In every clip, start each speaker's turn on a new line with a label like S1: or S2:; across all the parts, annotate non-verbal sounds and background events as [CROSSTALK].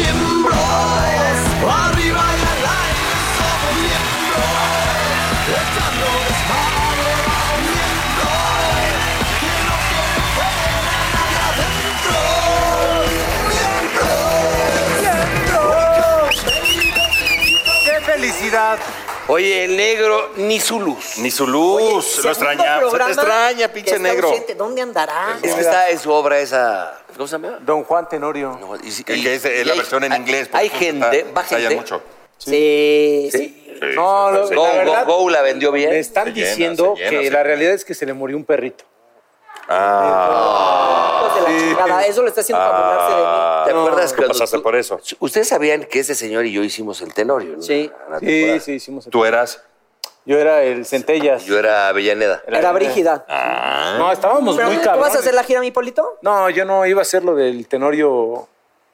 S1: Miembros, arriba y al aire somos miembros, echando desmadre vamos miembros, que no quieren fuera nadie adentro, miembros, miembros,
S2: ¡Qué felicidad! Oye, el negro, ni su luz.
S3: Ni su luz, lo extraña. Se te extraña, pinche negro.
S4: ¿Dónde andará?
S2: Es que está en su obra esa. ¿Cómo se llama?
S5: Don Juan Tenorio.
S2: No, y si-
S3: Que-
S2: y-
S3: que es, eh,
S2: y
S3: la
S2: hay-
S3: versión en
S2: hay-
S3: inglés.
S2: Hay
S3: porque
S2: gente,
S3: está-
S2: va
S3: tallan
S2: gente.
S3: mucho.
S4: Sí.
S3: Sí,
S5: No,
S3: sí,
S5: lo-
S3: sí.
S2: Go,
S5: La verdad-
S2: Go- Go la vendió bien.
S5: Me están
S3: Se llena,
S5: diciendo
S3: se llena,
S5: que
S3: se
S5: la
S3: llena.
S5: realidad es que se le murió un perrito.
S4: hijos de la chingada. Eso lo está haciendo para burlarse de mí.
S2: ¿Te acuerdas
S3: Tú
S2: cuando
S3: pasaste
S2: tú-
S3: por eso.
S2: Ustedes sabían que ese señor y yo hicimos el Tenorio, ¿no?
S4: Sí.
S2: Una temporada.
S5: Sí, sí, hicimos el-
S3: Tú eras.
S5: Yo era el Centellas.
S2: Yo era Avellaneda.
S4: Era brígida.
S5: No, estábamos
S4: Pero,
S5: Pues muy
S4: Ah, ¿Tú
S5: cabrones.
S4: vas a hacer la gira, mi Polito?
S5: No, yo no iba a ser lo del Tenorio.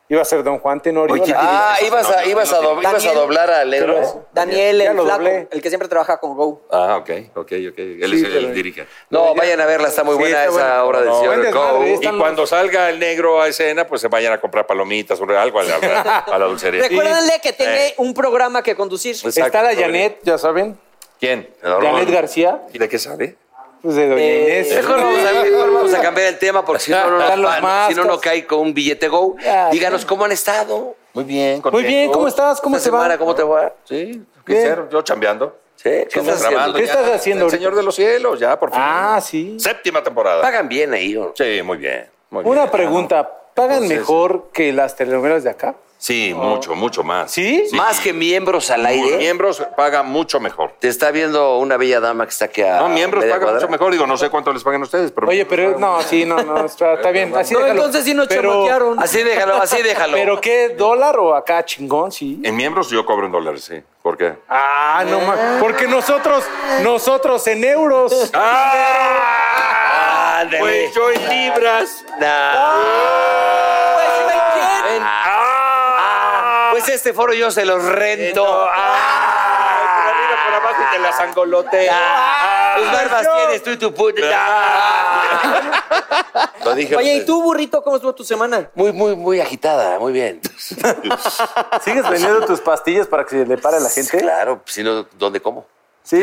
S5: Iba a ser Don Juan Tenorio.
S3: Oye,
S5: la-
S2: Ah, ibas a, ibas a, do- ibas a
S4: Daniel.
S2: doblar al negro.
S5: Pero-
S4: Daniel,
S5: Ya
S4: el
S5: lo
S4: flaco,
S5: doblé.
S4: el que siempre trabaja con Go.
S3: Ah, ok, ok, ok. Él
S5: Sí,
S3: es el
S5: pero-
S3: dirige.
S2: No, vayan a verla, está muy
S5: Sí,
S2: buena
S5: está
S2: esa
S5: buena.
S2: obra del
S5: No.
S2: señor
S5: Buen
S2: Go.
S5: desmadre,
S3: Y
S5: están
S3: cuando salga el negro a escena, pues se vayan a comprar palomitas o algo a la, a la
S5: [LAUGHS]
S3: dulcería.
S4: Recuérdenle que tiene un programa que conducir.
S3: Pues,
S5: Está la
S3: Exacto,
S5: Janet, ya saben.
S3: ¿Quién?
S5: Janet García.
S3: ¿Y de qué sabe?
S5: Pues de Doña
S4: Eh,
S5: Inés.
S2: Mejor vamos, a, mejor vamos a cambiar el tema porque si no, no,
S5: Están los
S2: nos van,
S5: mascos.
S2: si no, no cae con un billete Go.
S5: Ya,
S2: Díganos cómo han estado.
S3: Muy bien.
S5: Muy bien, ¿cómo estás? ¿Cómo
S2: Esta
S5: se
S2: semana,
S5: va?
S2: ¿Cómo te va?
S3: Sí,
S5: Bien.
S3: quisieron, yo chambeando.
S2: Sí, ¿qué estás haciendo?
S5: ¿Qué estás haciendo
S3: El
S5: ahorita?
S3: Señor de los Cielos, ya, por fin.
S5: Ah, sí.
S3: Séptima temporada.
S2: Pagan bien ahí. ¿o no?
S3: Sí, muy bien. muy bien.
S5: Una pregunta. ¿Pagan
S3: Entonces-
S5: mejor que las telenovelas de acá?
S3: Sí, mucho, mucho más.
S5: Oh. ¿Sí?
S2: Más que miembros al aire.
S3: Los miembros pagan mucho mejor.
S2: Te está viendo una bella dama que está aquí a.
S3: No, miembros
S2: Ah, media
S3: pagan
S2: cuadra.
S3: mucho mejor. Digo, no sé cuánto les pagan ustedes, pero.
S5: Oye, pero no, sí, no, no, está, está bien. Así
S4: No,
S5: déjalo.
S4: entonces sí nos
S5: Pero-
S4: chamaquearon.
S2: Así déjalo, así déjalo.
S5: ¿Pero qué? ¿Dólar o acá chingón? Sí.
S3: En miembros yo cobro en dólares, sí. ¿Por qué?
S5: Ah, no más. Porque nosotros, nosotros en euros.
S3: ¡Ah!
S2: Ándale.
S3: Pues yo en libras.
S2: Ah, Ven. Ah, pues este foro yo se los rento.
S3: ¡Ah! Por arriba, por abajo y te las angolote.
S2: Ah, tus barbas tienes tú y tu puta.
S3: Lo dije.
S4: Oye, ¿y tú, burrito, cómo estuvo tu semana?
S2: Muy, muy, muy agitada, muy bien.
S5: ¿Sigues vendiendo tus pastillas para que se le pare a la gente?
S2: Claro, si no, ¿dónde como?
S5: ¿Sí?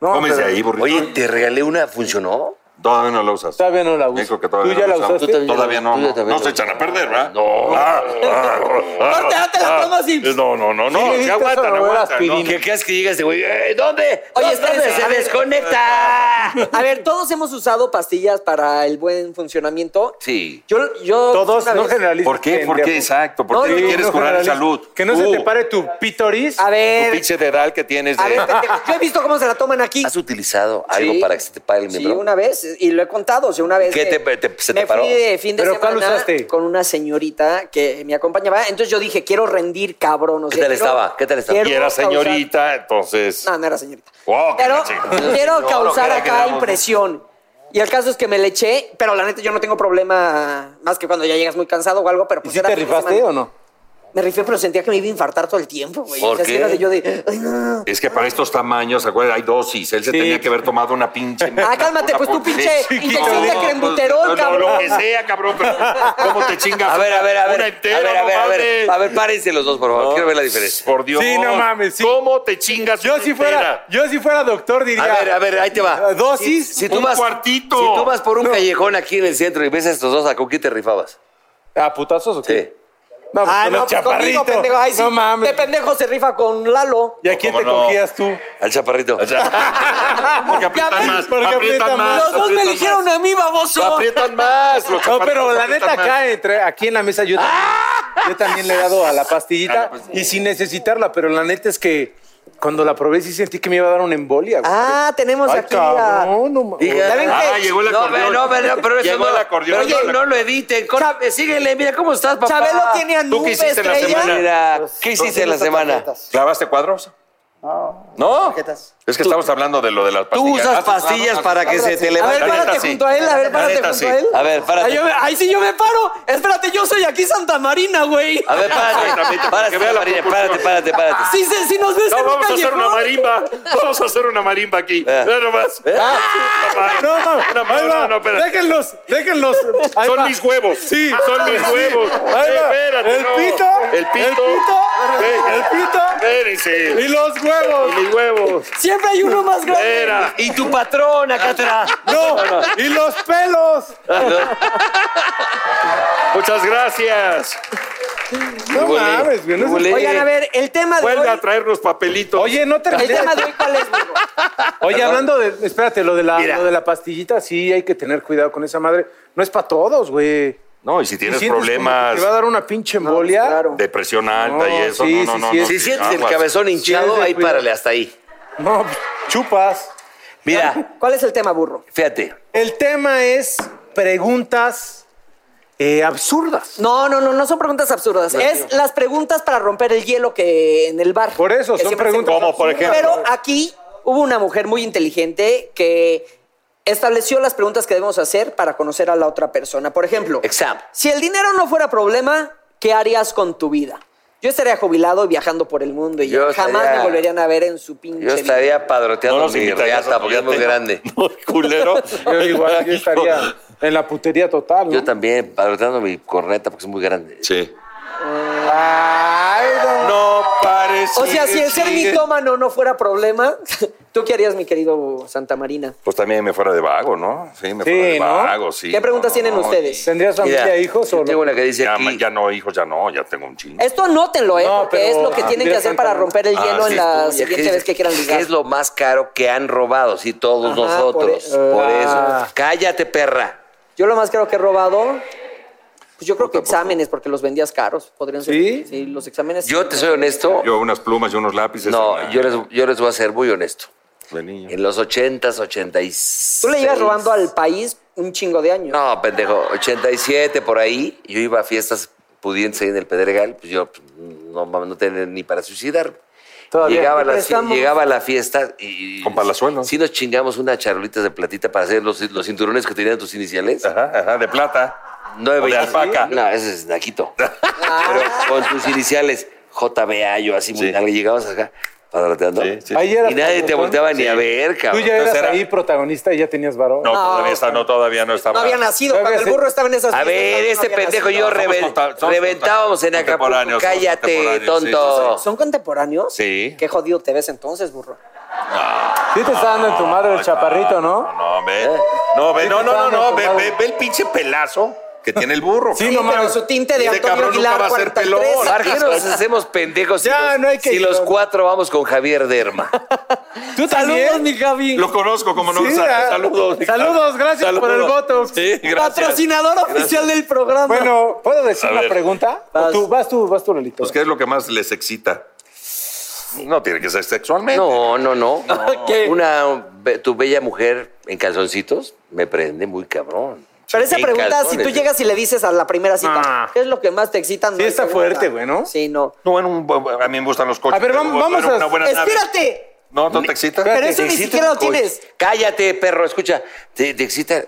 S5: No,
S3: Cómese
S5: pero
S3: ahí, burrito.
S2: Oye, te regalé una, ¿funcionó?
S3: Todavía no la usas.
S5: Todavía no la
S3: Dijo
S5: uso.
S3: que
S5: ¿Tú
S3: todavía
S5: ya
S3: no
S5: la
S3: la usamos.
S2: Tú
S5: usaste?
S3: Todavía no.
S2: Tú
S3: No,
S2: también
S3: No
S2: lo
S3: se
S2: usas.
S3: echan a perder, ¿verdad?
S2: No.
S3: Ah, ah, ah.
S4: Corta, date la toma así.
S3: No, no, no,
S5: Sí,
S3: no.
S5: viste
S3: Se
S5: eso,
S3: aguantan,
S5: no huelas,
S3: aguantan. ¿no?
S5: Pirín.
S2: ¿Qué crees que llega este güey? Eh, ¿Dónde?
S4: Oye,
S2: ¿Dónde
S4: espérense,
S2: se
S4: a ver.
S2: desconecta?
S4: A ver, todos hemos usado pastillas para el buen funcionamiento.
S2: Sí.
S4: Yo, yo
S5: Todos,
S4: una
S5: no
S4: vez-
S5: generalices.
S3: ¿Por qué? ¿Por qué?
S5: pendejo.
S3: Exacto. ¿Por
S4: No,
S3: qué
S4: no,
S3: te
S5: Sí,
S3: quieres
S5: no
S3: curar en
S5: generalices.
S3: salud?
S5: Que no se
S3: Tú,
S5: te pare tu pitoris.
S4: A
S3: Tu
S4: ver,
S3: pinche dedal que tienes
S4: a
S3: de.
S4: ver, pendejo, yo he visto cómo se la toman aquí.
S2: ¿Has utilizado algo
S4: Sí.
S2: para que se te pague el
S4: Sí,
S2: miembro?
S4: una vez, y lo he contado, o sea, una vez.
S2: ¿Qué
S4: que
S2: te- te- se te
S4: me
S2: paró?
S4: fui de fin de
S5: ¿Pero cuál
S4: semana
S5: usaste?
S4: con una señorita que me acompañaba. Entonces yo dije, quiero rendir, cabrón. o
S2: ¿Qué
S4: sea,
S2: tal
S4: quiero-
S2: estaba? ¿Qué tal estaba?
S4: quiero
S3: Y era
S4: causar-
S3: señorita, entonces.
S4: No, no era señorita.
S3: Oh, qué
S4: pero
S3: la chingada.
S4: quiero
S3: No,
S4: causar
S3: no, que
S4: acá
S3: quedamos, ¿no?
S4: impresión. Y el caso es que me le eché, pero la neta yo no tengo problema más que cuando ya llegas muy cansado o algo, pero
S5: ¿Y
S4: pues
S5: si
S4: era
S5: te
S4: fin de
S5: rifaste
S4: semana.
S5: o no?
S4: Me rifé, pero sentía que me iba a infartar todo el tiempo, güey.
S2: ¿Por
S4: O sea, sí
S2: qué?
S4: era de yo de, "Ay, no, no, no".
S3: Es que para estos tamaños, acuerdas? Hay dosis. Él se
S5: Sí.
S3: tenía que haber tomado una pinche.
S4: Ah, cálmate,
S3: una
S4: pues tú
S3: por-
S4: pinche
S3: Sí,
S4: inyección
S3: no,
S4: de
S3: no,
S4: crembuterol,
S3: no,
S4: cabrón.
S3: No, lo que sea, cabrón. pero ¿Cómo te chingas?
S2: A ver, a ver, a ver.
S3: Una entera,
S2: a ver, a
S3: no
S2: ver, a ver.
S3: mames.
S2: A ver, párense los dos, por favor. Quiero ver la diferencia.
S3: Por Dios.
S5: Sí, no mames, sí.
S3: ¿Cómo te chingas?
S5: Yo
S3: una
S5: si fuera,
S3: entera?
S5: yo si fuera doctor diría.
S2: A ver, a ver, ahí te va.
S5: Dosis.
S2: Si tú
S3: Un
S2: vas,
S3: cuartito.
S2: Si tú vas por un callejón aquí en el centro y ves a estos dos, ¿a con quién te rifabas?
S5: ¿A putazos o qué?
S2: Sí.
S5: No, pues
S4: Ah,
S5: con
S4: no,
S5: el
S4: pues conmigo,
S5: chaparrito.
S4: pendejo. Ay, sí.
S5: No mames.
S4: De pendejo se rifa con Lalo.
S5: ¿Y a quién te
S3: ¿Cómo no?
S5: cogías tú?
S3: Al chaparrito.
S2: [LAUGHS]
S4: [LAUGHS]
S5: Porque
S4: aprietan
S3: más,
S5: Porque
S3: aprietan más.
S5: aprietan más.
S4: Los dos me
S3: aprietan
S4: eligieron a mí, baboso.
S3: Aprietan más. los
S5: No,
S3: chaparritos
S5: pero la
S3: aprietan
S5: neta
S3: más.
S5: acá, entre, aquí en la mesa yo, yo también le he dado a la
S3: A
S5: pastillita
S3: la pastillita.
S5: y sin necesitarla, pero la neta es que cuando la probé sí sentí que me iba a dar una embolia. güey.
S4: Ah, tenemos
S5: Ay,
S4: aquí a...
S5: cabrón, no mames.
S4: Diga- ¿Saben qué?
S3: Ah, llegó el
S2: No,
S3: acordeón.
S2: no, no, pero eso
S3: llegó
S2: no.
S3: el acordeón.
S2: Oye,
S3: la-
S2: no lo editen.
S4: Chab-
S2: Corte, síguele, mira cómo estás, papá.
S4: Chabelo tiene a
S3: ¿Tú
S4: nube
S3: qué hiciste en la
S4: estrella.
S3: semana?
S2: Mira, ¿qué hiciste en la semana?
S3: ¿Clavaste cuadros? No. ¿No?
S4: tarjetas.
S3: Es que estamos hablando de lo de las pastillas.
S2: Tú usas
S3: ¿Has usado
S2: pastillas
S3: una-
S2: para que se te
S4: A
S2: levante.
S4: ver,
S3: La neta
S4: párate
S3: sí.
S4: junto a él, a ver,
S3: La
S4: párate
S3: neta
S4: junto
S3: sí.
S4: a él.
S2: A ver, párate.
S4: Ahí, yo me- ahí sí yo me paro. Espérate, yo soy aquí Santa Marina, güey.
S2: A ver, párate.
S3: Exactamente,
S2: Párate,
S3: que vea la
S2: Marina,
S3: proporción.
S2: párate, párate, párate.
S4: Si, se- si nos ves
S6: No,
S3: Ah,
S4: en un
S6: vamos a hacer
S4: callejón.
S6: una marimba. Vamos a hacer una marimba aquí.
S2: Eh.
S6: Ve nomás.
S5: No, no,
S6: No,
S5: ahí
S6: no,
S5: va.
S6: no, espérate.
S5: déjenlos, déjenlos. Ahí
S6: Son
S5: va.
S6: mis huevos.
S5: Sí.
S6: Son mis huevos.
S5: Ahí va.
S6: Espérate,
S5: el
S6: no.
S5: pito,
S6: El pito.
S5: el pito,
S6: Ve.
S5: el pito
S6: Espérense.
S5: y los huevos.
S6: Mis huevos.
S4: Siempre hay uno más grande.
S6: Espera.
S2: Y tu patrón acá atrás.
S5: No, y los pelos.
S6: Muchas gracias.
S5: No mames, güey.
S2: Qué
S5: no es-
S2: bolé.
S4: Oigan, a ver, el tema de
S6: Vuelve
S4: hoy...
S6: a traer los papelitos.
S5: Oye, no
S4: El
S5: terminé.
S4: tema de hoy, ¿cuál es, güey?
S5: Oye, hablando de, espérate, lo de, la,
S6: Mira.
S5: lo de la pastillita, sí, hay que tener cuidado con esa madre. No es para todos, güey.
S3: No, y si tienes
S5: sientes como que
S3: problemas
S5: Te va a dar una pinche embolia.
S4: claro.
S3: de presión alta y
S5: No,
S3: eso,
S5: sí,
S3: no, no,
S5: sí,
S3: no,
S5: sí,
S3: no.
S2: Si sientes el
S3: Aguas.
S2: cabezón hinchado,
S5: Sí,
S2: ahí
S5: cuidado.
S2: párale hasta ahí.
S5: No, chupas.
S2: Mira,
S4: ¿Cuál es el tema, burro?
S2: fíjate.
S5: El tema es preguntas eh, absurdas.
S4: No, no, no, no son preguntas absurdas. es las preguntas para romper el hielo que en el bar.
S5: Por eso,
S4: que
S5: son
S4: siempre
S5: preguntas
S4: hacemos.
S5: Como, por ejemplo.
S4: Pero aquí hubo una mujer muy inteligente que estableció las preguntas que debemos hacer para conocer a la otra persona. Por ejemplo,
S2: Exam.
S4: si el dinero no fuera problema, ¿qué harías con tu vida? Yo estaría jubilado viajando por el mundo y
S2: Yo
S4: jamás
S2: estaría-
S4: me volverían a ver en su pinche
S2: Yo
S4: vida.
S2: estaría
S3: No
S2: padroteando
S3: nos
S2: mi
S3: invitarías a
S2: reata
S3: tu
S2: porque es muy
S3: yate, ¿no? [LAUGHS]
S2: grande.
S3: No, culero.
S5: [LAUGHS] Yo igual yo estaría en la putería total. ¿no?
S2: Yo también padroteando mi corneta porque es muy grande.
S3: Sí.
S5: Ay, no.
S3: No parece.
S4: O sea, si el ser mitómano no fuera problema, [LAUGHS] ¿tú qué harías, mi querido Santa Marina?
S3: Pues también me fuera de vago, ¿no? Sí, me
S5: Sí,
S3: fuera de
S5: ¿no?
S3: vago, sí.
S4: ¿Qué preguntas
S3: No, no,
S4: tienen
S3: no.
S4: ustedes?
S5: ¿Tendrías familia,
S2: Mira,
S5: hijos
S2: yo
S5: o
S2: Tengo
S5: no?
S2: una que dice
S3: Ya,
S2: aquí.
S3: ya no, hijos, ya no, ya tengo un chingo.
S4: Esto anótenlo, ¿eh?
S5: No,
S4: Porque
S5: pero-
S4: es lo que
S5: ah,
S4: tienen que
S5: mira,
S4: hacer para
S5: Santa-
S4: romper el
S3: Ah,
S4: hielo
S3: sí,
S4: en
S2: Oye,
S4: la
S2: ¿qué
S4: siguiente vez
S2: dice?
S4: que quieran ligar.
S2: ¿Qué es lo más caro que han robado? Sí, todos
S4: Ajá,
S2: nosotros.
S4: por e-
S2: Por
S5: Ah.
S2: eso. Cállate, perra.
S4: Yo lo más creo que he robado, pues yo creo que exámenes, porque los vendías caros. Podrían ser.
S5: ¿Sí?
S4: los exámenes.
S2: Yo te soy honesto.
S3: Yo unas plumas y unos lápices.
S2: No,
S3: una-
S2: yo les, yo les voy a ser muy honesto.
S3: de niño.
S2: En los 80s, 86.
S4: Tú le ibas robando al país un chingo de años.
S2: No, pendejo, 87 por ahí. Yo iba a fiestas pudientes ahí en el Pedregal, pues yo pues, no, mames, no tenía ni para suicidarme.
S5: Todavía.
S2: Llegaba a, la, fie-
S4: Empezamos.
S2: llegaba a la fiesta y.
S3: Con palazuelos.
S2: Sí, nos chingamos unas charolitas de platita para hacer los, los cinturones que tenían tus iniciales.
S3: Ajá, ajá, de plata.
S2: No,
S3: O Ah. de alpaca. Ah.
S2: No, ese es Naquito. Pero con tus iniciales, JBA, yo así muy
S3: Sí.
S2: nalga, llegabas acá, padroteando.
S3: Sí, sí.
S5: Ahí era
S2: Y nadie te
S5: padrotón.
S2: volteaba ni
S3: Sí.
S2: a ver, cabrón.
S5: Tú ya eras
S3: Entonces era-
S5: ahí protagonista y ya tenías varón.
S3: No, todavía está, no, todavía no estaba.
S4: no había nacido.
S5: No
S4: Cuando
S5: había
S4: el burro
S5: sido-
S4: estaba en esas.
S2: A
S4: fiestas,
S2: ver,
S4: no
S2: este
S4: había
S2: pendejo y
S4: nacido.
S2: yo
S3: Somos
S2: revel-
S3: conta- somos
S2: reventábamos en Acapulco.
S3: contemporáneos, somos
S2: Cállate,
S3: contemporáneos, sí,
S2: tonto.
S4: [LAUGHS] ¿Son contemporáneos?
S3: Sí.
S4: Qué jodido te ves entonces, burro.
S5: Sí te está dando en tu madre el chaparrito, ¿no?
S3: No, ve. No, ve, no, no, no, no, ve,
S5: Tomado.
S3: ve, ve el pinche pelazo que tiene el burro.
S5: Sí,
S4: Sí,
S5: no
S4: pero
S5: mames.
S4: su tinte de
S3: Ese
S4: Antonio
S3: cabrón nunca
S4: Aguilar
S3: va a ser
S4: 43.
S3: pelón.
S2: ¿Para qué nos hacemos pendejos si,
S5: Ya,
S2: los,
S5: no hay que
S2: si los
S5: llorar.
S2: cuatro vamos con Javier
S4: [LAUGHS]
S2: Derma?
S5: Tú
S4: Saludos, mi Javi.
S3: Lo conozco, como no
S5: Sí,
S3: lo sabe.
S5: ah,
S3: Saludos.
S5: saludos, gracias por el voto.
S3: Sí, gracias.
S4: Patrocinador oficial del programa.
S5: Bueno, ¿puedo decir
S3: A
S5: la
S3: ver.
S5: pregunta?
S4: Vas.
S5: ¿O Tú, vas tú, vas tú, Lolito.
S3: Pues, ¿qué es lo que más les excita? No tiene que ser sexualmente.
S2: No, no, no.
S4: ¿Qué?
S2: Una, be- tu bella mujer en calzoncitos me prende muy cabrón.
S4: Pero esa
S2: En
S4: pregunta, si tú
S2: calzones,
S4: llegas y le dices a la primera cita,
S5: Ah.
S4: ¿qué es lo que más te excita? No
S5: Sí
S4: hay
S5: está
S4: pregunta.
S5: fuerte, güey, ¿no?
S4: Sí, no.
S3: No, en un, a mí me gustan los coches.
S5: A ver,
S3: pero
S5: vamos- vamos
S3: bueno,
S5: a-
S3: una buena nave.
S4: ¡Espérate!
S3: No, no te excita.
S4: Pero
S5: Espérate,
S4: eso
S2: ¿Te
S4: ni
S2: excita
S4: siquiera
S2: un
S4: lo
S2: coche?
S4: tienes.
S2: Cállate, perro, escucha. Te, te excita.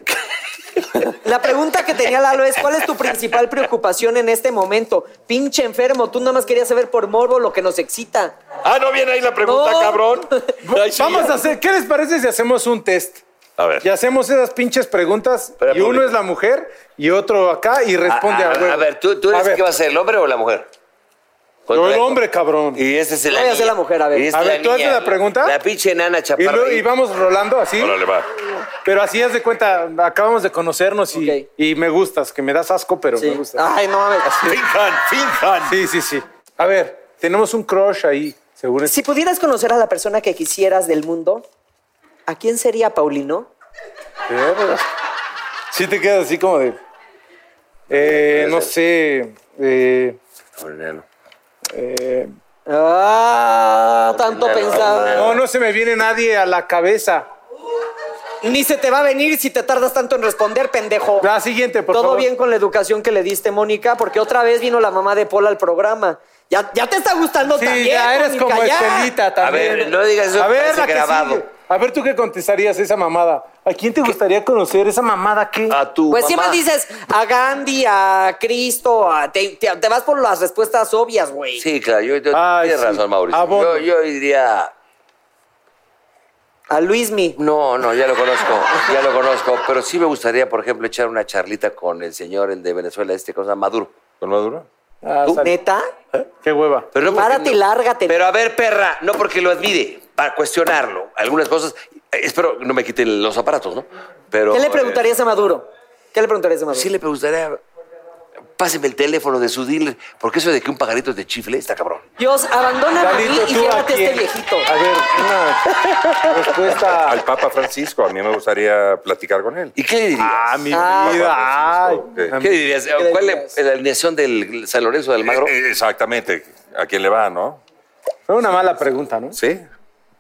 S4: La pregunta que tenía Lalo es, ¿cuál es tu principal preocupación en este momento? Pinche enfermo, tú nada más querías saber por morbo lo que nos excita.
S3: Ah, no viene ahí la pregunta,
S4: No. [LAUGHS]
S3: cabrón. Ay, sí.
S5: Vamos a hacer, ¿qué les parece si hacemos un test?
S3: A ver.
S5: Y hacemos esas pinches preguntas
S3: Pero,
S5: y uno
S3: público.
S5: es la mujer y otro acá y responde
S2: a,
S5: a,
S2: a-
S5: huevo.
S2: a ver, ¿tú, tú eres
S5: A ver,
S2: qué va a ser, el hombre o la mujer?
S5: Yo
S2: Contra-
S5: el hombre, cabrón.
S2: Y ese es el.
S4: Voy a hacer la mujer, a ver.
S2: Y esta
S5: A
S2: es
S5: ver, ¿tú
S2: niña.
S5: haces la pregunta?
S2: La pinche nana
S5: Y,
S2: chaparra.
S5: lo- y vamos rolando así.
S3: Órale, va.
S5: Pero así haz de cuenta, acabamos de conocernos y,
S4: Ok.
S5: y me gustas, que me das asco, pero
S4: Sí.
S5: Pues me gustas.
S4: Ay, no mames.
S3: Finjan, finjan.
S5: Sí, sí, sí. A ver, tenemos un crush ahí, según este es.
S4: Si pudieras conocer a la persona que quisieras del mundo, ¿a quién sería Paulino?
S5: Sí te quedas así como de... eh, no sé... eh, eh,
S4: Ah, tanto pensado.
S5: no, no se me viene nadie a la cabeza.
S4: Ni se te va a venir si te tardas tanto en responder, pendejo.
S5: La siguiente, por
S4: Todo
S5: favor.
S4: bien con la educación que le diste, Mónica, porque otra vez vino la mamá de Paul al programa. Ya, ya te está gustando
S5: Sí,
S4: también.
S5: ya eres
S4: Mónica,
S5: como
S4: ya.
S5: Estelita
S2: A
S5: también.
S2: ver, no digas eso.
S5: A ver,
S2: parece
S5: la que
S2: grabado.
S5: sigue. A ver, ¿tú qué contestarías a esa mamada? ¿A quién te gustaría conocer esa mamada qué?
S2: A tu
S4: Pues
S2: mamá.
S4: siempre dices a Gandhi, a Cristo, a- te, te- te vas por las respuestas obvias, güey.
S2: Sí, claro, yo, yo-
S5: Ay,
S2: tienes
S5: sí. Ah,
S2: razón, Mauricio.
S5: A
S2: Yo,
S5: Bono.
S2: yo diría.
S4: A Luismi.
S2: No, no, ya lo conozco, ya lo conozco. Pero sí me gustaría, por ejemplo, echar una charlita con el señor el de Venezuela, este cosa Maduro.
S3: ¿Con Maduro?
S5: Ah,
S2: ¿tú? ¿Eh?
S5: sal-
S4: ¿Neta?
S5: Qué hueva.
S2: Pero no porque
S4: Párate y
S2: no-
S4: lárgate.
S2: Pero a ver, perra, no porque lo admire, para cuestionarlo. Algunas cosas. eh, Espero no me quiten los aparatos, ¿no? Pero.
S4: ¿Qué le
S2: eh,
S4: preguntarías a Maduro? ¿Qué le preguntarías a Maduro?
S2: Sí le preguntaría. Páseme el teléfono de su dealer, porque eso de que un pajarito te chifle está cabrón.
S4: Dios, abandóname a mí
S5: Lalito,
S4: y
S5: ¿tú a
S4: llévate a este
S5: quién?
S4: viejito.
S5: A ver, una respuesta.
S3: Al Papa Francisco. A mí me gustaría platicar con él.
S2: ¿Y qué le dirías?
S5: Ah, mi
S4: Ah.
S5: vida. Ay.
S3: ¿Qué?
S2: ¿Qué le dirías?
S4: le
S2: ¿Cuál
S4: dirías?
S2: es la alineación del San Lorenzo del Magro?
S3: Eh, Exactamente. ¿A quién le va, no?
S5: Fue una mala pregunta, ¿no?
S3: ¿Sí?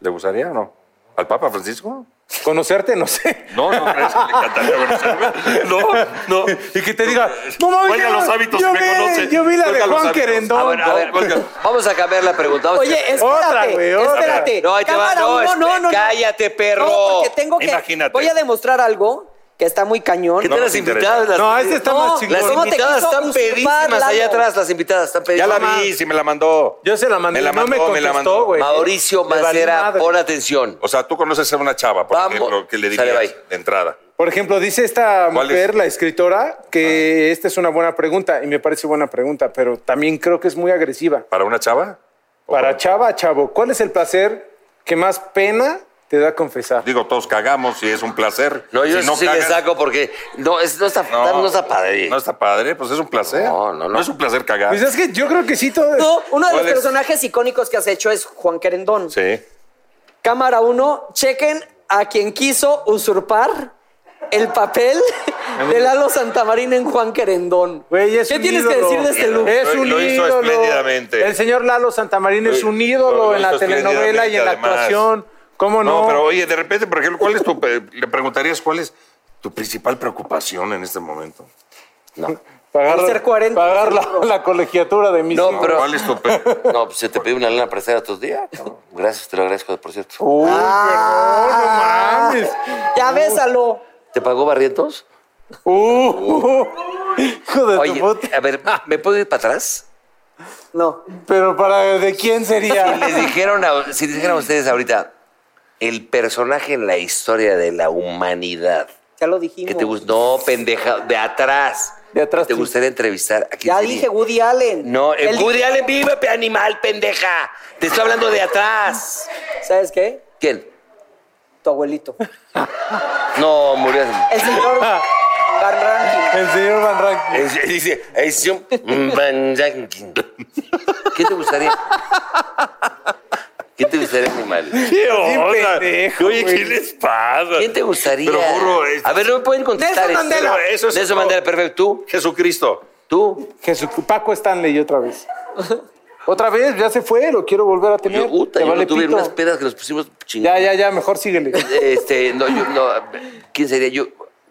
S3: ¿Le gustaría o no? ¿Al Papa Francisco?
S5: Conocerte, no sé.
S3: No, no, crees que le encantaría
S5: [LAUGHS]
S3: conocerme. No, [LAUGHS] no.
S5: Y que te diga, no mames.
S3: Cuelga
S5: yo-
S3: los hábitos
S5: yo
S3: y me
S5: vi-
S3: conoce.
S5: Yo vi la de
S3: Cuelga los
S5: Juan
S3: hábitos.
S5: Querendón.
S2: A ver, a ver,
S3: Oiga.
S2: vamos a cambiar la pregunta. vamos a-
S4: Oye, espérate,
S5: Otra, güey, otra.
S4: espérate.
S2: no, ahí te va.
S4: Cámara
S2: No,
S4: uno,
S2: espe-
S4: no, no, no.
S2: cállate, perro.
S4: No, porque tengo que.
S3: Imagínate.
S4: Voy a demostrar algo que está muy cañón.
S2: ¿Qué
S3: No
S2: te
S3: nos
S2: las
S3: interesa.
S2: invitadas? Las,
S5: No, este está
S4: No,
S2: las
S5: más
S4: ¿cómo
S5: chingón.
S4: te
S2: invitadas
S4: quiso
S2: están
S4: usurpar,
S2: pedísimas
S4: Lalo?
S2: allá atrás, las invitadas están
S3: Ya la
S2: pedísimas.
S3: vi, sí me la mandó.
S5: Yo se la mandé.
S3: Me la mandó,
S5: no me
S3: me la
S5: contestó,
S3: mandó.
S5: güey.
S2: Mauricio
S5: Me valió
S2: Mancera,
S5: madre.
S2: pon atención.
S3: O sea, tú conoces a una chava, por
S2: Vamos.
S3: ejemplo, que le
S2: Sale,
S3: dirías
S2: bye.
S3: de entrada.
S5: Por ejemplo, dice esta
S3: ¿Cuál
S5: mujer,
S3: es?
S5: la escritora,
S2: Ah.
S5: que esta es una buena pregunta y me parece buena pregunta, pero también creo que es muy agresiva.
S3: ¿Para una chava?
S5: Para Chava, Chavo, ¿cuál es el placer que más pena te da confesar?
S3: Digo, todos cagamos y es un placer.
S2: No, yo
S3: Si
S2: eso sí le
S3: cagas-
S2: saco porque no, es, no, está, no, está padre.
S3: No está padre, pues es un placer.
S2: No, no, no.
S3: es un placer cagar.
S5: Pues es que yo creo que sí todo.
S4: Tú, uno de los
S3: ¿Cuál es?
S4: personajes icónicos que has hecho es Juan Querendón.
S3: Sí.
S4: Cámara 1, chequen a quien quiso usurpar el papel de Lalo Santamarina en Juan Querendón.
S5: Güey, es
S4: ¿Qué
S5: un
S4: tienes que
S5: ídolo. Eh,
S4: decir de este look?
S5: Es
S3: Lo-
S5: un
S3: lo hizo
S5: ídolo.
S3: espléndidamente.
S5: El señor Lalo Santamarina es
S3: Lo-
S5: un ídolo
S3: lo- lo
S5: en la
S3: hizo
S5: telenovela y en la
S3: espléndidamente,
S5: actuación. ¿Cómo no?
S3: No, pero oye, de repente, por ejemplo, ¿cuál es tu. pe- Le preguntarías cuál es tu principal preocupación en este momento?
S5: pagar,
S4: Por ser 40,
S5: pagar la,
S4: seguro.
S5: la colegiatura de mis
S2: No,
S5: hijos.
S2: pero-
S3: ¿Cuál es tu.
S2: [LAUGHS]
S3: pe-
S2: No, pues se te pide una lana prestada estos días. No, Gracias, te lo agradezco, por cierto.
S5: Uy,
S4: Ah.
S5: perdón,
S4: Ya bésalo.
S2: ¿Te pagó Barrientos?
S5: no mames. Uh, hijo de tu
S2: Oye,
S5: puta.
S2: a ver, ¿me puedo ir para atrás?
S4: No.
S5: Pero para de quién
S2: Si les
S5: sería.
S2: dijeron a- si les dijeron a ustedes ahorita, el personaje en la historia de la humanidad
S4: Ya lo dijimos.
S2: que te gust- No, pendeja, de atrás.
S5: De atrás,
S2: ¿Te
S5: sí.
S2: gustaría entrevistar? ¿A quién
S4: Ya
S2: sería?
S4: dije Woody Allen.
S2: No, el
S4: Él-
S2: Woody Allen vive, pe- animal, pendeja. Te estoy hablando de atrás.
S4: ¿Sabes qué?
S2: ¿Quién?
S4: Tu abuelito.
S2: No, murió. [LAUGHS]
S4: El señor Van Ranking.
S5: El señor Van Rankin.
S2: Es- Dice, es un Van Ranking. ¿Qué te gustaría? ¿Quién te gustaría, animal?
S3: ¿Qué
S5: onda?
S3: Oye, ¿qué les pasa?
S2: ¿Quién te gustaría?
S3: Pero burro, es-
S2: A ver, no me pueden contestar.
S4: Nelson
S2: esto.
S4: Mandela.
S2: Pero eso es Nelson
S3: otro-
S2: Mandela, perfecto. ¿Tú?
S3: Jesucristo.
S2: ¿Tú?
S5: Jesús, Paco Stanley otra vez. ¿Otra vez? ¿Ya se fue? ¿Lo quiero volver a tener?
S2: Yo, puta,
S5: Te
S2: yo
S5: vale
S2: no tuve
S5: pito.
S2: unas pedas que nos pusimos chingados.
S5: Ya, ya, ya, mejor síguele.
S2: Este, no, yo, no. ¿Quién sería yo?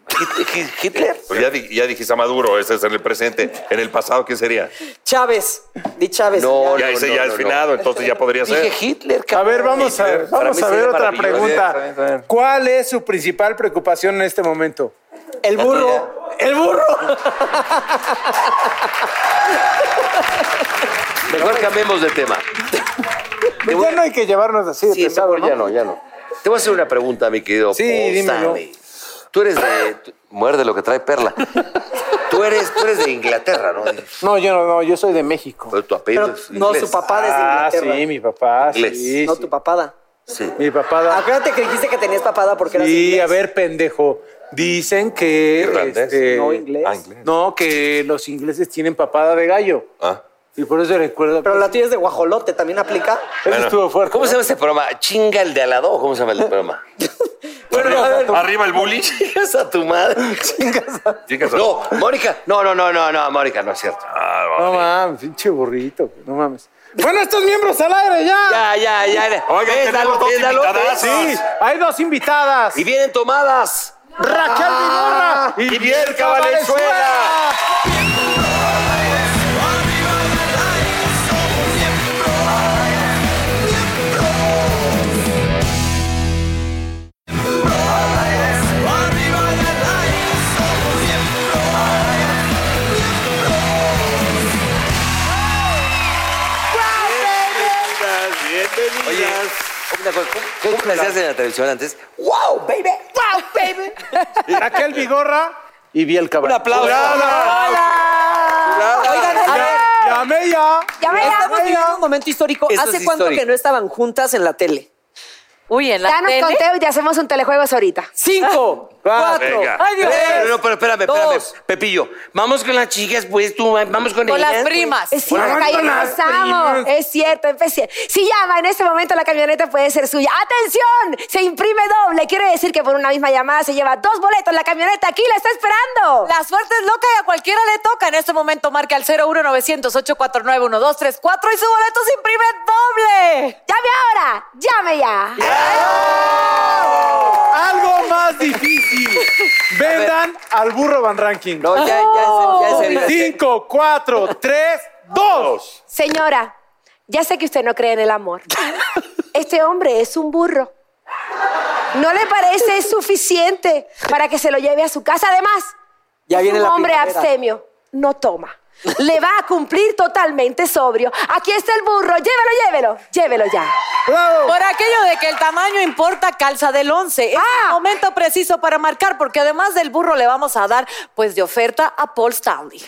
S2: Hit- Hit- ¿Hitler?
S3: Pues ya, di- ya dijiste a Maduro, ese es en el presente. En el pasado, ¿quién sería?
S4: Chávez. Di Chávez.
S2: No,
S3: ya ese
S2: no,
S3: ya
S2: no,
S3: es finado, entonces ya podría ser.
S2: Dije Hitler,
S5: A
S2: cabrón.
S5: ver, vamos a ver,
S2: Para
S5: vamos
S2: mí
S5: a ver
S2: sería
S5: otra
S2: maravilloso.
S3: Está bien, está
S5: pregunta.
S3: bien.
S5: ¿Cuál es su principal preocupación en este momento?
S4: El burro. El burro.
S2: Mejor cambiemos de tema.
S5: Ya no hay que llevarnos así de
S2: Sí,
S5: pesado,
S2: mejor
S5: ¿no?
S2: ya no, ya no. Te voy a hacer una pregunta, mi querido
S5: Sí,
S2: Paul
S5: dímelo.
S2: Stanley. Tú eres de. tú- muerde lo que trae [LAUGHS] perla. Tú eres, tú eres de Inglaterra, ¿no?
S5: No, yo no, no, yo soy de México.
S2: Pero tu apellido
S4: Pero
S2: es
S4: no,
S2: inglés.
S4: su papá desde
S5: Ah,
S4: Inglaterra.
S5: sí, mi papá.
S2: Inglés.
S5: Sí,
S4: No,
S5: sí.
S4: tu papada.
S2: Sí.
S5: Mi papá. da-
S4: Acuérdate que dijiste que tenías papada porque eras
S5: Sí,
S4: inglés.
S5: a ver, pendejo. Dicen que.
S3: Irlandés.
S5: este,
S4: No, inglés.
S3: Ah, inglés.
S5: No, que los ingleses tienen papada de gallo.
S3: Ah.
S5: Y por eso recuerdo.
S4: Pero la tuya es de guajolote, ¿también aplica?
S5: Eso estuvo fuerte.
S2: ¿Cómo se llama ese programa? ¿Chinga el de al lado o cómo se llama el programa?
S4: Bueno, a ver,
S3: Arriba el bully.
S2: [LAUGHS] Chingas a tu madre. [LAUGHS] Chingas a Ah.
S3: Chingas a-
S2: No, Mónica. No, no, no, no, no, Mónica, no es cierto.
S3: Ah,
S5: No mames, pinche burrito. No mames. Bueno, estos miembros al aire ya.
S2: Ya, ya, ya.
S3: Oigan, tenemos dos
S2: véndalo.
S3: invitadas.
S5: Sí, hay dos invitadas.
S2: Y vienen tomadas.
S5: Raquel Vigorra
S3: y Bielka Valenzuela.
S6: Bienvenidas,
S2: Oye,
S6: bienvenidas.
S2: una cosa, ¿cómo- ¿cómo le hacías en la televisión antes? ¡Wow, baby! ¡Wow, baby!
S5: Raquel Vigorra y Bielka
S2: Un
S5: Valenzuela.
S2: aplauso.
S4: oigan, a ver.
S5: Llamé ya.
S7: Ya me
S4: Estamos viviendo un momento histórico.
S2: Esto
S4: ¿Hace
S2: es
S4: cuánto
S2: histórico.
S4: que no estaban juntas en la tele?
S7: Uy, en la
S8: Danos
S7: tele.
S8: conteo y te hacemos un telejuegos ahorita.
S4: Cinco, cuatro,
S3: Venga.
S4: ay, Dios.
S2: Pero, no, pero Ah, espérame, espérame,
S4: Dos.
S2: Pepillo. Vamos con las chicas, pues tú, vamos con,
S7: Con
S2: ellas.
S7: las primas.
S8: Es cierto,
S3: Bueno,
S8: ahí
S3: no las
S8: empezamos.
S3: primas.
S8: Es cierto, empecé. Si llama en este momento la camioneta puede ser suya. ¡Atención! Se imprime doble. Quiere decir que por una misma llamada se lleva dos boletos. La camioneta aquí la está esperando.
S7: La suerte es loca y a cualquiera le toca. En este momento marca al 01900 849 1234 y su boleto se imprime doble.
S8: ¡Llame ahora! ¡Llame ya!
S5: Algo más difícil. Vendan al burro Van Ranking.
S2: No, ya, ya, ya,
S5: Oh,
S2: ya, ya, ya.
S5: Cinco, cuatro, tres, dos.
S8: Señora, ya sé que usted no cree en el
S7: [LAUGHS]
S8: amor. Este hombre es un burro. ¿No le parece suficiente para que se lo lleve a su casa? Además,
S4: Ya
S8: es
S4: viene
S8: un
S4: la
S8: hombre
S4: primavera.
S8: abstemio. No toma. Le va a cumplir totalmente sobrio. Aquí está el burro. Llévelo, llévelo. Llévelo ya.
S5: ¡Bravo!
S7: Por aquello de que el tamaño importa, calza del 11. Es
S8: Ah.
S7: el momento preciso para marcar, porque además del burro le vamos a dar, pues, de oferta a Paul Stanley.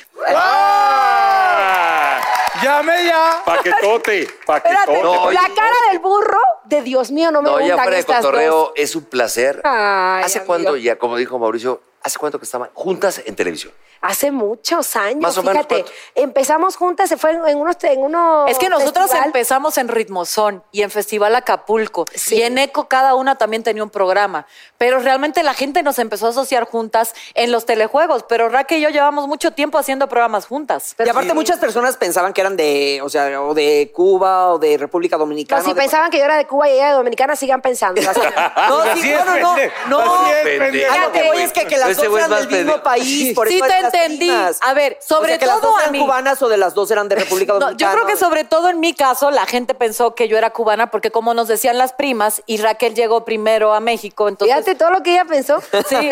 S5: Llamé ya.
S6: Paquetote,
S8: Espérate.
S6: paquetote.
S2: No,
S8: la
S2: oye.
S8: cara del burro, de Dios mío, no me
S2: No, ya
S8: gustan
S2: fuera de
S8: estas dos.
S2: cotorreo, es un placer.
S8: Ay,
S2: ¿Hace
S8: amigo.
S2: cuánto ya, como dijo Mauricio, hace cuánto que estaban juntas en televisión?
S8: Hace muchos años,
S2: Más o menos,
S8: fíjate.
S2: ¿cuánto?
S8: empezamos juntas, se fue en en unos, en unos
S7: Es que nosotros
S8: Oh, festival.
S7: empezamos en Ritmozón y en Festival Acapulco.
S8: Sí.
S7: Y en ECO cada una también tenía un programa. Pero realmente la gente nos empezó a asociar juntas en los telejuegos. Pero Raquel y yo llevamos mucho tiempo haciendo programas juntas.
S4: Y aparte muchas personas pensaban que eran de, o sea, o de Cuba o de República
S8: No,
S4: Dominicana.
S8: si
S4: o de-
S8: pensaban que yo era de Cuba y ella de Dominicana, sigan pensando.
S2: [LAUGHS]
S8: Así. [LAUGHS]
S4: No,
S5: Así
S4: sí,
S5: es,
S4: no, no,
S5: pendejo.
S4: no, no.
S5: Así es,
S2: Pendejo.
S5: pendejo.
S4: A lo que voy es que, que las
S2: Este
S4: dos
S2: güey es
S4: eran del
S2: más pendejo.
S4: mismo país, por
S7: Sí,
S4: eso
S7: te
S4: eran las
S7: entendí.
S4: primas.
S7: A ver,
S4: o
S7: sobre
S4: sea, que las
S7: todo
S4: dos
S7: a
S4: eran
S7: mí.
S4: cubanas o de las dos eran de República
S7: No, yo
S4: Dominicana.
S7: creo que sobre todo en mi caso la gente pensó que yo era cubana porque como nos decían las primas y Raquel llegó primero a México, entonces
S8: Fíjate todo lo que ella pensó. [LAUGHS]
S7: Sí,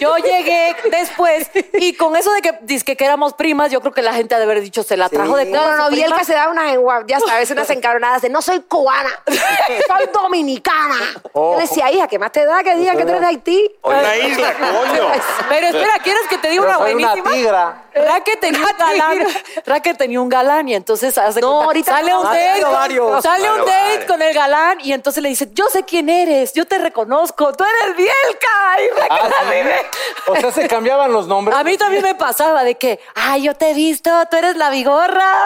S7: yo llegué después y con eso de que dizque que éramos primas, yo creo que la gente ha de haber dicho, se la trajo de Cuba.
S8: No, no, no,
S7: su prima".
S8: Bielka se da unas enguas, ya sabes, unas encabronadas de no soy cubana, soy dominicana. Yo decía, hija, ¿qué más te da que digan que tú eres de Haití?
S6: La isla, coño.
S7: Pero espera, ¿quieres que te diga una
S5: soy una
S7: buenísima?
S5: tigra.
S7: Raquel tenía un galán. Raquel tenía un galán y entonces hace
S8: No, ahorita
S7: sale
S8: no.
S7: un
S8: Ha
S7: date,
S4: tenido varios.
S7: sale un
S2: Claro,
S7: date
S2: varios.
S7: con el galán y entonces le dice, "Yo sé quién eres, yo te reconozco, tú eres Bielka." Y Raquel
S5: Ah,
S7: así de-
S5: O sea, se cambiaban los nombres.
S7: A mí también me pasaba de que, "Ay, yo te he visto, tú eres la vigorra."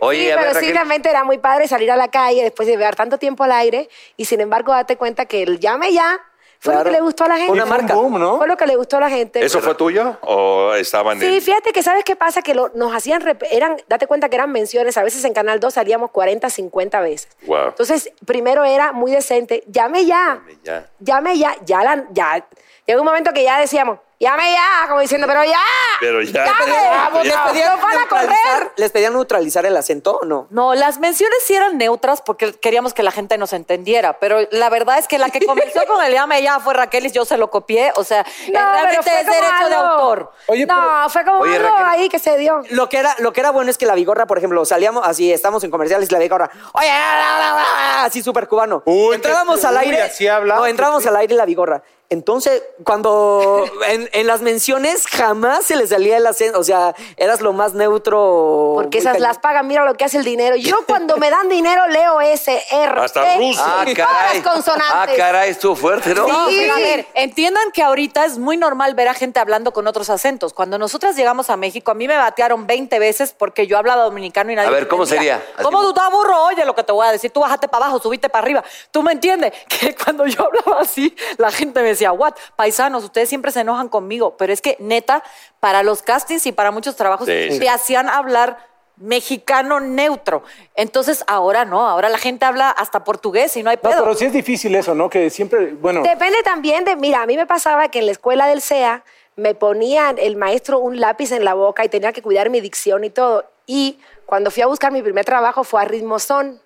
S2: Oye,
S8: Sí,
S2: a ver,
S8: pero sí,
S2: Raquel,
S8: realmente era muy padre salir a la calle después de llevar tanto tiempo al aire y sin embargo date cuenta que el llame ya fue lo
S4: Claro.
S8: que le gustó a la gente.
S5: Una marca. Boom, ¿no?
S8: Fue lo que le gustó a la gente.
S3: ¿Eso fue tuyo o estaban en
S8: Sí, fíjate que sabes qué pasa, que lo- nos hacían, rep- eran, date cuenta que eran menciones, a veces en Canal 2 salíamos 40, 50 veces.
S3: Wow.
S8: Entonces, primero era muy decente, llame ya,
S2: ya.
S8: llame ya, ya, la, ya. Llegó un momento que ya decíamos, llame ya, como diciendo, pero ya.
S3: Pero ya.
S8: llame,
S4: ¿Les
S8: no
S4: pedían,
S8: van a correr.
S4: neutralizar, ¿Les pedían neutralizar el acento o no?
S7: [LAUGHS] No, las menciones sí eran neutras porque queríamos que la gente nos entendiera, pero la verdad es que
S8: [LAUGHS]
S7: la que comenzó con el llame ya fue Raquel y yo se lo copié, o sea, eh,
S8: No, pero
S7: realmente
S8: fue
S7: es
S8: como
S7: derecho de
S8: algo-
S7: autor.
S5: Oye,
S8: no,
S5: pero-
S8: fue como
S2: Oye,
S8: algo
S2: Raquel.
S8: ahí que se dio.
S4: Lo que, era, lo que era bueno es que la vigorra, por ejemplo, salíamos así, estamos en comerciales y la vigorra, oye, la, la, la, la", así súper cubano.
S5: Uy,
S4: entrábamos
S5: qué-
S4: al
S5: uy,
S4: aire.
S5: así habla.
S4: No, entrábamos al aire y la vigorra. Entonces,
S2: [LAUGHS]
S4: cuando en, en las menciones jamás se le salía el acento, o sea, eras lo más neutro. muy
S8: Porque esas
S4: cañón.
S8: las pagan, mira lo que hace el
S2: [LAUGHS]
S8: dinero. Yo cuando me dan dinero leo ese R. T,
S2: Ah,
S8: y eh,
S2: caray.
S8: Todas las consonantes.
S2: Ah, caray, estuvo fuerte, ¿no?
S7: No, pero a ver, entiendan que ahorita es muy normal ver a gente hablando con otros acentos. Cuando nosotras llegamos a México, a mí me batearon 20 veces porque yo hablaba dominicano y nadie
S2: A ver,
S7: me
S2: ¿cómo
S7: entendía.
S2: sería? Así-
S7: ¿Cómo tú estás burro? Oye lo que te voy a decir. Tú bajaste para abajo, subiste para arriba. ¿Tú me entiendes? [LAUGHS] Que cuando yo hablaba así, la gente me decía, what? Paisanos, ustedes siempre se enojan conmigo. Pero es que, neta, para los castings y para muchos trabajos,
S9: Sí, sí.
S7: te hacían hablar mexicano neutro. Entonces, ahora no. Ahora la gente habla hasta portugués y no hay
S5: No,
S7: pedo.
S5: pero sí es difícil eso, ¿no? Que siempre, bueno,
S8: Depende también de, mira, a mí me pasaba que en la escuela del SEA me ponían el maestro un lápiz en la boca y tenía que cuidar mi dicción y todo. Y cuando fui a buscar mi primer trabajo fue a Ritmozón.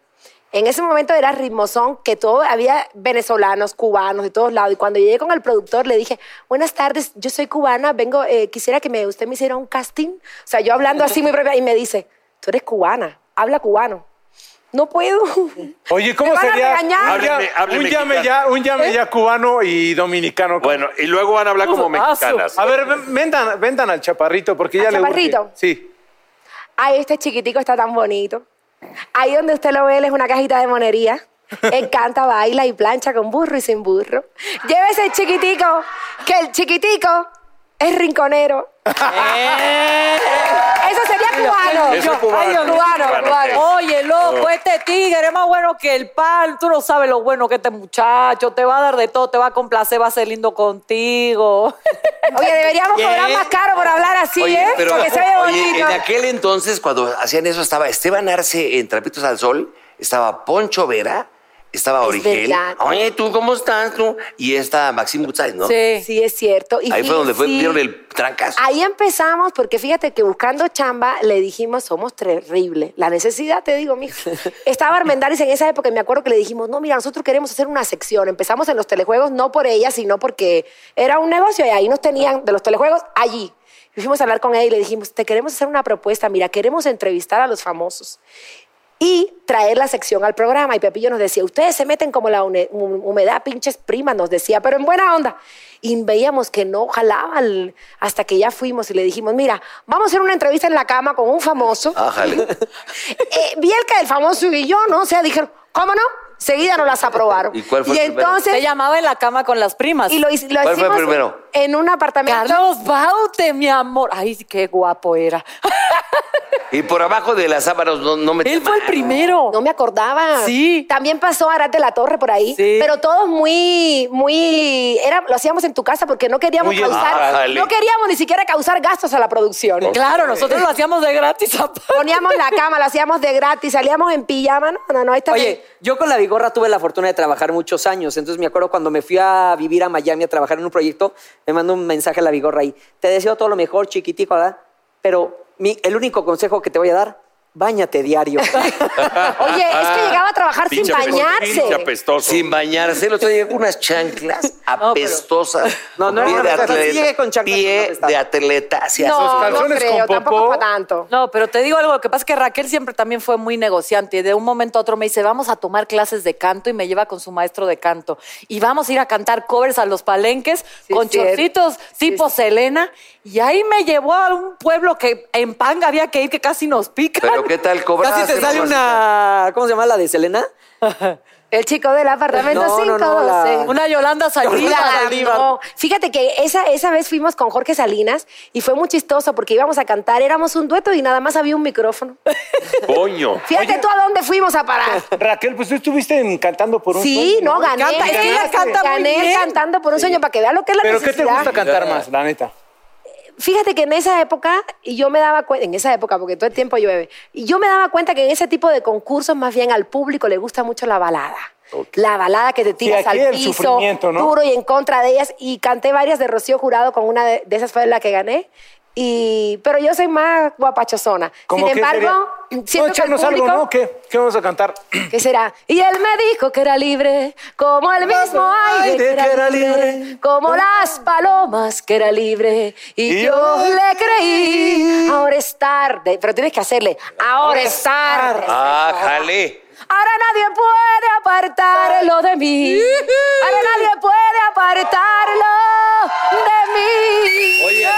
S8: En ese momento era Ritmozón, que todo, había venezolanos, cubanos de todos lados. Y cuando llegué con el productor le dije, buenas tardes, yo soy cubana, vengo, eh, quisiera que me, usted me hiciera un casting. O sea, yo hablando así muy propia y me dice, tú eres cubana, habla cubano. No puedo.
S5: oye, ¿cómo
S8: me van a
S5: sería? un
S8: regañar. ¿Eh?
S5: ya-
S8: Hábleme- hábleme
S5: un llame
S8: mexicano.
S5: ya, un llame ya cubano y dominicano. Bueno,
S3: y luego van a hablar como mexicanas.
S5: A ver, ven- vendan, vendan al chaparrito porque ya
S8: ¿Al
S5: le urge.
S8: chaparrito?
S5: Sí.
S8: Ay, este chiquitico está tan bonito. Ahí donde usted lo ve, él es una cajita de
S7: [LAUGHS]
S8: monería. Él canta, baila y plancha con burro y sin burro. Llévese el chiquitico, que el chiquitico es rinconero. Eso sería cubano.
S7: Eh. Eso es cubano.
S8: Ay, Dios mío.
S7: Cubano, cubano. Oye, loco, este tigre es más bueno que el pan. Tú no sabes lo bueno que este muchacho. Te va a dar de todo, te va a complacer, va a ser lindo
S4: [LAUGHS]
S7: contigo.
S8: Oye, deberíamos cobrar más caro por hablar así,
S2: Oye,
S8: ¿eh?
S2: pero-
S8: Porque se ve
S2: oye,
S8: bonito.
S2: en aquel entonces, cuando hacían eso, estaba Esteban Arce en Trapitos al Sol, estaba Poncho Vera, estaba Origel.
S8: verdad.
S2: Oye, ¿tú cómo estás tú? Y está Maxim Butzai, ¿no?
S8: Sí, es cierto. Y
S2: Ahí fue donde fue,
S8: sí.
S2: dieron el trancazo.
S8: Ahí empezamos, porque fíjate que buscando chamba le dijimos, somos terrible. La necesidad, te digo, mijo. Estaba Armendáriz en esa época y me acuerdo que le dijimos, no, mira, nosotros queremos hacer una sección. Empezamos en los telejuegos, no por ella, sino porque era un negocio y ahí nos tenían de los telejuegos allí. Y fuimos a hablar con ella y le dijimos, te queremos hacer una propuesta, mira, queremos entrevistar a los famosos y traer la sección al programa. Y Pepillo nos decía, ustedes se meten como la hune- hum- humedad, pinches primas, nos decía, pero en buena onda. Y veíamos que no jalaban hasta que ya fuimos y le dijimos, mira, vamos a hacer una entrevista en la cama con un famoso.
S2: Ájale.
S8: [LAUGHS] Eh, vi el que el famoso y yo, ¿no? O sea, dijeron, ¿cómo no? Seguida nos las aprobaron.
S2: ¿Y cuál fue
S8: y
S2: el primero?
S8: entonces...
S7: Se llamaba en la cama con las primas.
S8: Y lo, hic- lo
S2: ¿Cuál fue el
S8: hicimos
S2: primero?
S8: en un apartamento.
S7: Carlos Baute, mi amor. Ay, qué guapo era. [LAUGHS]
S2: Y por abajo de las sábanas no, no me
S7: Él
S2: [LAUGHS]
S7: fue el primero.
S8: No me acordaba.
S7: Sí.
S8: También pasó Arad de la Torre por ahí.
S7: Sí.
S8: Pero todos muy, muy. Era, lo hacíamos en tu casa porque no queríamos
S2: Muy
S8: causar.
S2: ájale.
S8: No queríamos ni siquiera causar gastos a la producción.
S7: Claro, nosotros lo hacíamos de gratis. [LAUGHS] aparte.
S8: [LAUGHS] Poníamos la cama, lo hacíamos de gratis, salíamos en pijama. No, no, no, esta
S4: Oye, yo con la Vigorra tuve la fortuna de trabajar muchos años. Entonces me acuerdo cuando me fui a vivir a Miami a trabajar en un proyecto, me mandó un mensaje a la Vigorra ahí. Te deseo todo lo mejor, chiquitico, ¿verdad? Pero mi- el único consejo que te voy a dar, báñate
S7: [LAUGHS]
S4: diario. [LAUGHS]
S8: Oye, es que llegaba a trabajar sin
S3: Ah, Pinche apestoso,
S8: bañarse.
S3: pinche apestoso.
S2: Sin bañarse, lo traía con unas chanclas apestosas.
S4: No, no era
S2: pie de
S4: apestado, sí llegué
S2: atleta.
S4: con chanclas, pero no
S2: pie
S4: apestado.
S2: de atleta. hacia
S8: no,
S2: sus calzones.
S8: no
S5: calzones
S8: creo,
S5: con
S8: tampoco
S5: popó.
S8: para tanto.
S7: No, pero te digo algo, lo que pasa es que Raquel siempre también fue muy negociante y de un momento a otro me dice, vamos a tomar clases de canto y me lleva con su maestro de canto y vamos a ir a cantar covers a los palenques
S8: Sí,
S7: con
S8: cierto.
S7: chorcitos tipo Selena y ahí me llevó a un pueblo que en Panga había que ir que casi nos pica.
S2: Pero qué tal cobrar.
S4: Casi te sale una. ¿Cómo se llama la de Selena?
S8: El chico del apartamento
S4: No, no,
S8: 512.
S4: no, la-
S7: Una Yolanda Saldívar.
S8: Mira, no. Fíjate que esa, esa vez fuimos con Jorge Salinas y fue muy chistoso porque íbamos a cantar, éramos un dueto y nada más había un micrófono.
S3: Coño.
S8: Fíjate tú a dónde fuimos a parar.
S5: Raquel, pues tú estuviste en- cantando por un
S8: Sí,
S5: sueño,
S8: no, gané.
S7: Canta- es que ella canta muy
S8: gané
S7: bien.
S8: cantando por un sueño para que vea lo que es la
S5: Pero ¿qué te
S8: necesidad.
S5: gusta cantar más, la neta?
S8: Fíjate que en esa época, y yo me daba cuenta, en esa época, porque todo el tiempo llueve, y yo me daba cuenta que en ese tipo de concursos más bien al público le gusta mucho la balada. La balada que te tiras
S5: aquí el
S8: al piso,
S5: sufrimiento, ¿no?
S8: duro y en contra de ellas. Y canté varias de Rocío Jurado, con una de, de esas fue la que gané. Y, pero yo soy más guapachosona. Sin
S5: que
S8: embargo,
S5: sería? no,
S8: siento que el
S5: echarnos algo,
S8: público-
S5: ¿no? ¿Qué, ¿Qué vamos a
S8: [LAUGHS]
S5: cantar?
S8: ¿Qué será? Y él me dijo que era libre, como el mismo aire que era libre, como las palomas que era libre. Y
S1: Y
S8: yo
S1: yo
S8: le creí, ahora es tarde. Pero tienes que hacerle, ahora es tarde.
S2: Ah, jale.
S8: Ahora nadie puede apartarlo de
S7: [LAUGHS]
S8: mí. Ahora nadie puede apartarlo de mí.
S2: Oye,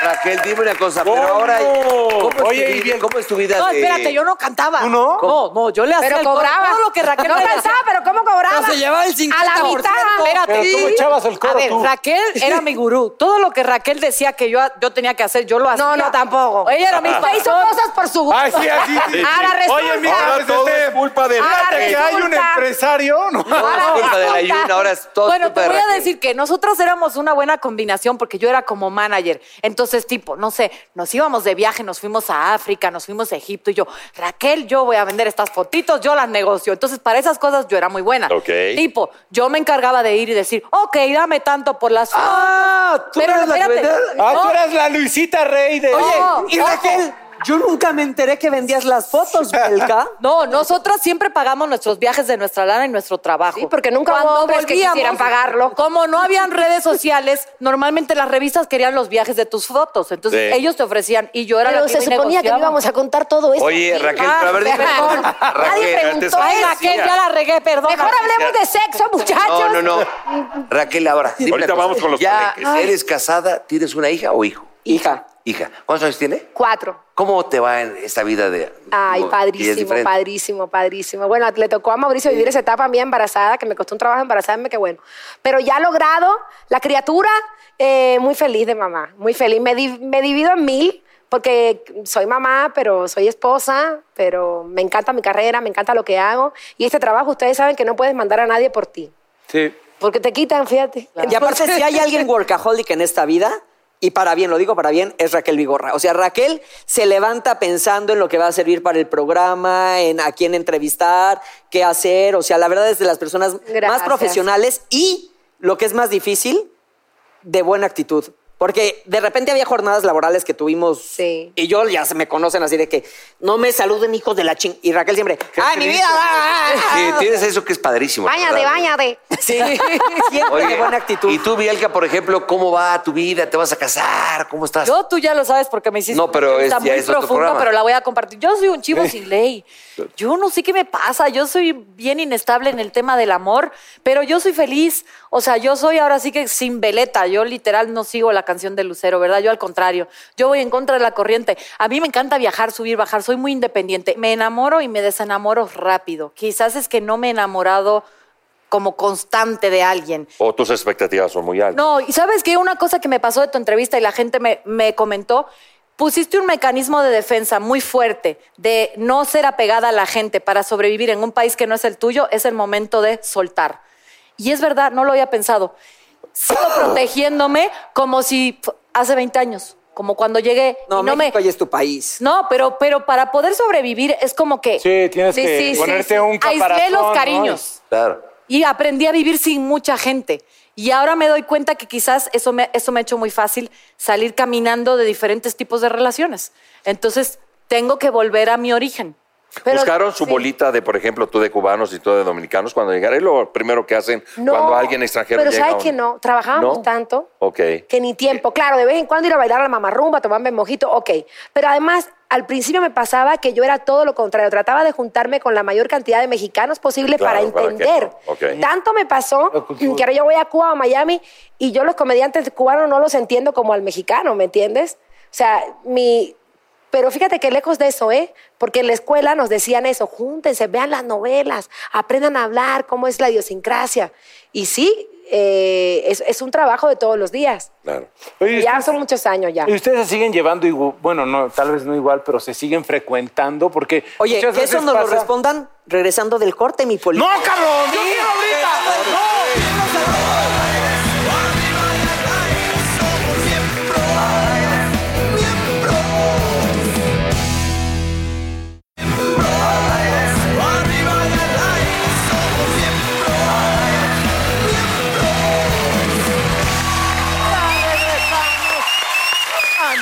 S2: Raquel, dime una cosa, pero ahora. ¿Cómo es tu vida? ¿Cómo es tu vida
S7: No,
S2: de-
S7: espérate, yo no cantaba.
S2: ¿Tú no?
S7: No, no, yo le hacía
S8: Pero
S7: el coro.
S8: cobraba.
S7: Todo lo que Raquel
S8: No
S7: me
S8: cantaba,
S7: decía.
S8: pero ¿cómo cobraba?
S7: No, se llevaba el 50%.
S8: A la mitad.
S7: Espérate.
S8: Pero tú echabas el coro,
S7: A ver,
S8: tú.
S7: Raquel era mi gurú. Todo lo que Raquel decía que yo, yo tenía que hacer, yo lo hacía.
S8: No, no, tampoco.
S7: Ella era mi
S8: Usted hizo
S7: pastor.
S8: cosas por su
S5: Ah,
S8: gusto.
S7: Ay, sí, así, sí, sí.
S8: Ahora resulta.
S7: Oye,
S5: pues, este,
S7: mira,
S8: ahora
S7: ahora todo
S8: resulta-
S7: es culpa del-
S8: ahora
S7: Fíjate que hay un
S8: resulta-
S5: empresario, ¿no?
S2: No, es culpa del ayuno, ahora es todo
S7: bueno,
S2: culpa
S7: te
S2: de
S7: voy a
S2: Raquel.
S7: decir que nosotros éramos una buena combinación porque yo era como manager. Entonces, tipo, no sé, nos íbamos de viaje, nos fuimos a África, nos fuimos a Egipto y yo, Raquel, yo voy a vender estas fotitos, yo las negocio. Entonces, para esas cosas yo era muy buena.
S1: Ok.
S7: Tipo, yo me encargaba de ir y decir, ok, dame tanto por las
S9: Ah,
S7: tú Pero eras la que espérate. vendía-
S5: Ah, tú
S7: No.
S5: eras la Luisita Rey de... Oh.
S7: Oye,
S9: y Raquel,
S7: yo nunca me enteré que vendías las
S4: [LAUGHS]
S7: fotos, Belka. No, nosotras siempre pagamos nuestros viajes de nuestra lana y nuestro trabajo.
S8: Sí, porque nunca hubo hombres que quisieran pagarlo.
S7: Como no habían redes sociales, normalmente las revistas querían los viajes de tus fotos. Entonces
S2: Sí.
S7: ellos te ofrecían y yo era la
S8: Pero
S7: que
S8: se
S7: me
S8: suponía que no
S7: negociaba.
S8: íbamos a contar todo esto.
S2: Oye, Raquel,
S8: Ah,
S2: pero a ver, dime.
S8: perdón. Nadie
S2: Raquel,
S8: preguntó
S2: antes-
S8: eso.
S7: Raquel, ya la regué, perdón.
S8: Mejor hablemos de sexo, muchachos.
S2: No, no, no. Raquel, ahora. dime
S3: Ahorita
S2: una cosa.
S3: vamos con los
S2: ¿Ya
S3: palenques.
S2: eres casada? ¿Tienes una hija o hijo?
S8: Hija.
S2: Hija. ¿Cuántos años tiene?
S8: Cuatro.
S2: ¿Cómo te va en esta vida de.?
S8: Ay,
S2: digo, vida
S8: padrísimo,
S2: diferente?
S8: padrísimo, padrísimo. Bueno, le tocó a Mauricio vivir esa etapa mía embarazada, que me costó un trabajo embarazarme, que bueno. Pero ya logrado, la criatura, eh, muy feliz de mamá, muy feliz. Me, di- me divido en mil, porque soy mamá, pero soy esposa, pero me encanta mi carrera, me encanta lo que hago. Y este trabajo, ustedes saben que no puedes mandar a nadie por ti,
S5: Sí.
S8: porque te quitan, fíjate. [LAUGHS]
S4: Y aparte, si hay alguien workaholic en esta vida, y para bien, lo digo para bien, es Raquel Vigorra. O sea, Raquel se levanta pensando en lo que va a servir para el programa, en a quién entrevistar, qué hacer. O sea, la verdad es de las personas más
S8: Gracias.
S4: profesionales y, lo que es más difícil, de buena actitud. Porque de repente había jornadas laborales que tuvimos y yo ya se me conocen así de que no me saluden hijos de la ching. Y Raquel siempre, ¡ay, mi vida! ah, ah, ah".
S2: Sí, tienes eso que es padrísimo.
S8: Báñate,
S2: ¿verdad?
S8: báñate.
S4: Sí, siempre
S2: Oye,
S4: de buena
S2: actitud. Y tú, Bielka, por ejemplo, ¿cómo va tu vida? ¿Te vas a casar? ¿Cómo estás?
S7: Yo tú ya lo sabes porque me hiciste
S2: No, pero
S7: una
S2: es- ya
S7: pregunta muy
S2: es otro
S7: profunda,
S2: programa. Eh.
S7: pero la voy a compartir. Yo soy un chivo sin ley. Yo no sé qué me pasa. Yo soy bien inestable en el tema del amor, pero yo soy feliz. O sea, yo soy ahora sí que sin veleta. Yo literal no sigo la canción de Lucero, ¿verdad? Yo al contrario. Yo voy en contra de la corriente. A mí me encanta viajar, subir, bajar. Soy muy independiente. Me enamoro y me desenamoro rápido. Quizás es que no me he enamorado como constante de alguien.
S3: O tus expectativas son muy altas.
S7: No, y sabes que una cosa que me pasó de tu entrevista y la gente me, me comentó, pusiste un mecanismo de defensa muy fuerte de no ser apegada a la gente para sobrevivir en un país que no es el tuyo, es el momento de soltar. Y es verdad, no lo había pensado.
S5: [LAUGHS]
S7: Sigo protegiéndome como si fu- hace 20 años, como cuando llegué.
S4: No,
S7: y no
S4: México
S7: me...
S4: ya es tu país.
S7: No, pero, pero para poder sobrevivir es como que...
S5: Sí, tienes que ponerte un
S7: Aislé
S5: caparazón,
S7: los
S5: ¿no?
S7: cariños
S2: Claro.
S7: y aprendí a vivir sin mucha gente. Y ahora me doy cuenta que quizás eso me, eso me ha hecho muy fácil salir caminando de diferentes tipos de relaciones. Entonces, tengo que volver a mi origen.
S3: ¿Buscaron su bolita de, por ejemplo, tú de cubanos y tú de dominicanos cuando llegar? Es lo primero que hacen
S8: No,
S3: cuando alguien extranjero
S8: Pero
S3: llega.
S8: sabes que no, trabajábamos
S3: ¿No?
S8: tanto
S3: Ok.
S8: que ni tiempo. Claro, de vez en cuando ir a bailar a la mamarrumba, tomarme mojito, ok. Pero además, al principio me pasaba que yo era todo lo contrario. Trataba de juntarme con la mayor cantidad de mexicanos posible para
S3: Claro, para que-
S8: entender.
S3: ok.
S8: Tanto me pasó
S3: cultura.
S8: que ahora yo voy a Cuba o Miami y yo los comediantes cubanos no los entiendo como al mexicano, ¿me entiendes? O sea, mi... Pero fíjate que lejos de eso, ¿eh? Porque en la escuela nos decían eso, júntense, vean las novelas, aprendan a hablar, cómo es la idiosincrasia. Y sí, eh, es- es un trabajo de todos los días.
S3: Claro.
S8: Ya son muchos años ya.
S5: Y ustedes se siguen llevando, igu- bueno, no, tal vez no igual, pero se siguen frecuentando porque.
S4: Oye,
S5: muchas
S4: que eso
S5: veces
S4: nos lo
S5: pasa-
S4: respondan regresando del corte, mi
S5: ¡No,
S4: político.
S5: cabrón! ¡Yo quiero ahorita!
S1: A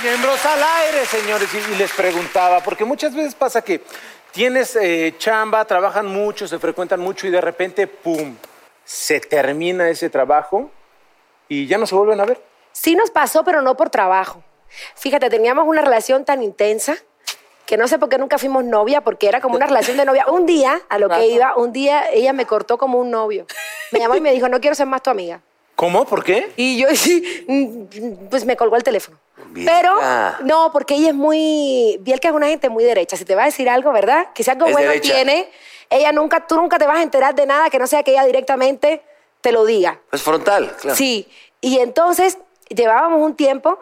S5: Estamos Ah, al aire, señores, y, y les preguntaba, porque muchas veces pasa que tienes eh, chamba, trabajan mucho, se frecuentan mucho y de repente, ¡pum!, se termina ese trabajo y ya no se vuelven a ver.
S8: Sí nos pasó, pero no por trabajo. Fíjate, teníamos una relación tan intensa que no sé por qué nunca fuimos novia, porque era como una relación de novia. Un día, a lo que iba, un día ella me cortó como un novio. Me llamó y me dijo, no quiero ser más tu amiga.
S5: ¿Cómo? ¿Por qué?
S8: Y yo [LAUGHS] sí, mm, pues me colgó el teléfono. Pero no, porque ella es muy, que es una gente muy derecha. Si te va a decir algo, ¿verdad? Que si algo
S2: Es
S8: bueno
S2: derecha.
S8: tiene, ella nunca, tú nunca te vas a enterar de nada que no sea que ella directamente te lo diga.
S2: Es frontal, claro.
S8: Sí, y entonces llevábamos un tiempo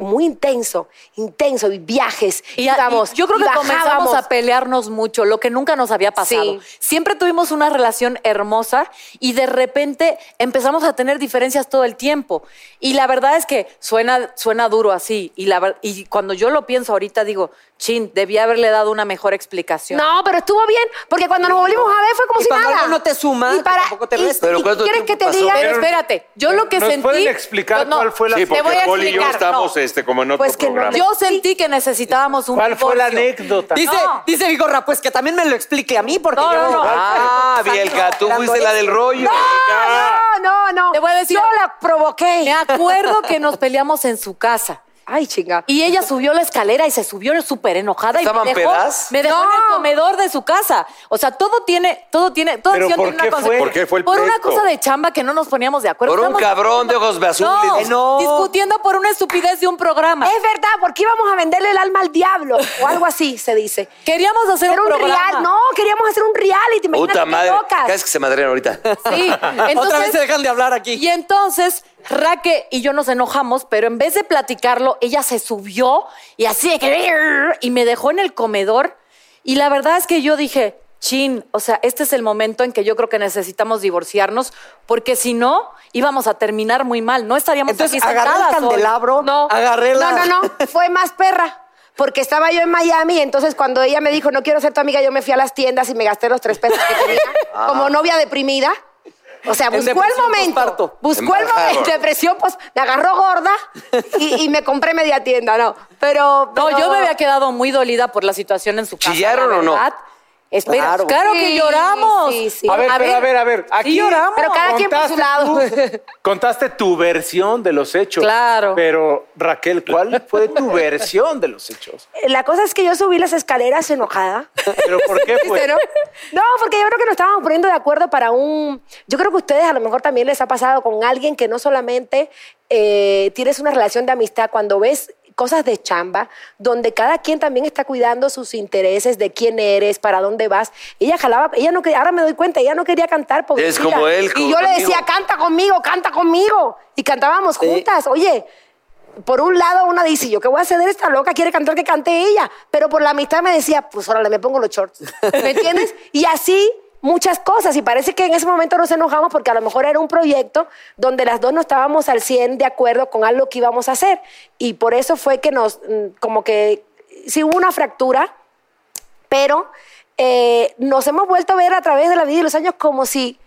S8: muy intenso, intenso, y viajes, y, íbamos,
S7: Yo creo
S8: y
S7: que comenzamos
S8: bajábamos.
S7: a pelearnos mucho, lo que nunca nos había pasado.
S8: Sí.
S7: Siempre tuvimos una relación hermosa y de repente empezamos a tener diferencias todo el tiempo. Y la verdad es que suena, suena duro así. Y, la, ver- y cuando yo lo pienso ahorita digo, chin, debía haberle dado una mejor explicación.
S8: No, pero estuvo bien, porque cuando nos volvimos a ver fue como
S7: Y
S8: si
S7: cuando
S8: nada.
S7: algo no te suma,
S8: y para,
S7: tampoco te
S8: y-
S7: resta. Pero
S8: y
S7: ¿cuánto
S8: ¿Quieres que
S7: tiempo
S8: te
S7: pasó?
S8: diga?
S7: Pero espérate, yo lo que
S3: ¿nos
S7: sentí-
S3: pueden explicar
S7: No, no,
S3: cuál fue la
S7: te
S3: Sí, porque
S7: voy a
S3: Paul y yo
S7: explicar,
S3: estamos
S7: no.
S3: este, como en otro
S7: Pues que no
S3: programa.
S7: Yo sentí que necesitábamos un
S5: ¿Cuál fue la
S7: divorcio.
S5: anécdota?
S9: Dice,
S7: No.
S9: dice Vigorra, pues que también me lo explique a mí, porque
S7: No,
S9: yo...
S7: no, no.
S9: Ah,
S7: Exacto.
S9: Bielka, tú fuiste la del rollo.
S8: No, no, no.
S7: Te voy a decir.
S8: Yo la provoqué.
S7: Me acuerdo que nos peleamos en su casa.
S8: Ay, chinga.
S7: Y ella subió la escalera y se subió súper enojada.
S9: ¿Estaban
S7: y me dejó,
S9: pedas?
S7: Me dejó en el comedor de su casa. O sea, todo tiene, todo tiene, toda
S5: ¿Pero
S7: acción
S5: por
S7: tiene una
S5: qué fue?
S7: consecuencia.
S5: ¿Por qué
S3: fue el
S7: Por una
S3: pleito?
S7: cosa de chamba que no nos poníamos de acuerdo.
S2: Por un
S7: Estábamos
S2: cabrón de ojos azules.
S7: No,
S2: Eh,
S7: discutiendo por una estupidez de un programa.
S8: Es verdad, porque íbamos a venderle el alma al diablo o algo así, se dice.
S7: Queríamos [LAUGHS] hacer
S8: Era
S7: un
S8: un
S7: programa.
S8: real, no, queríamos hacer un reality, imagínate
S2: Puta
S8: qué
S2: madre.
S8: locas.
S2: Casi que se madrean ahorita.
S7: Sí,
S9: Otra
S7: entonces-
S9: vez se dejan de hablar aquí.
S7: [LAUGHS] Y entonces Raque y yo nos enojamos, pero en vez de platicarlo, ella se subió y así de que... Y me dejó en el comedor. Y la verdad es que yo dije, chin, o sea, este es el momento en que yo creo que necesitamos divorciarnos, porque si no, íbamos a terminar muy mal. No estaríamos
S9: Entonces
S7: aquí
S9: agarré el
S7: sentadas hoy.
S9: candelabro,
S7: No.
S9: agarré la...
S8: No, no,
S7: [LAUGHS]
S8: no, fue más perra. Porque estaba yo en Miami, entonces cuando ella me dijo, no quiero ser tu amiga, yo me fui a las tiendas y me gasté los tres pesos que tenía
S7: Ah.
S8: como novia deprimida. O sea,
S9: En
S8: buscó el
S9: depresión
S8: momento.
S9: postparto.
S8: Buscó el
S2: Embarazada.
S8: momento. Depresión, pues me agarró gorda y, y me compré media tienda, no. Pero.
S7: No,
S8: pero-
S7: yo me había quedado muy dolida por la situación en su casa.
S2: ¿Chillaron
S7: la
S2: o no?
S7: verdad. Espera, claro,
S9: Claro.
S7: que
S8: Sí,
S7: lloramos.
S8: sí, sí.
S5: A ver, pero a ver, a ver. Aquí
S7: sí lloramos.
S8: Pero cada quien por su lado.
S5: tú- contaste tu versión de los hechos.
S7: Claro.
S5: Pero, Raquel, ¿cuál fue
S7: [LAUGHS]
S5: tu versión de los hechos?
S8: La cosa es que yo subí las escaleras enojada.
S5: ¿Pero por qué fue?
S8: ¿Viste, no? No, porque yo creo que nos estábamos poniendo de acuerdo para un... Yo creo que a ustedes a lo mejor también les ha pasado con alguien que no solamente eh, tienes una relación de amistad, cuando ves cosas de chamba, donde cada quien también está cuidando sus intereses, de quién eres, para dónde vas. Ella jalaba, ella no quería, ahora me doy cuenta, ella no quería cantar. pobrecita.
S2: como él,
S8: Y
S2: como
S8: yo le
S2: conmigo.
S8: decía, canta conmigo, canta conmigo. Y cantábamos juntas. Oye, por un lado una dice, yo qué voy a ceder esta loca, quiere cantar que cante ella, pero por la amistad me decía, pues órale, me pongo los shorts.
S2: [LAUGHS]
S8: ¿Me entiendes? Y así muchas cosas y parece que en ese momento nos enojamos porque a lo mejor era un proyecto donde las dos no estábamos al 100 de acuerdo con algo que íbamos a hacer y por eso fue que nos mm, como que sí hubo una fractura pero eh, nos hemos vuelto a ver a través de la vida y los años como si,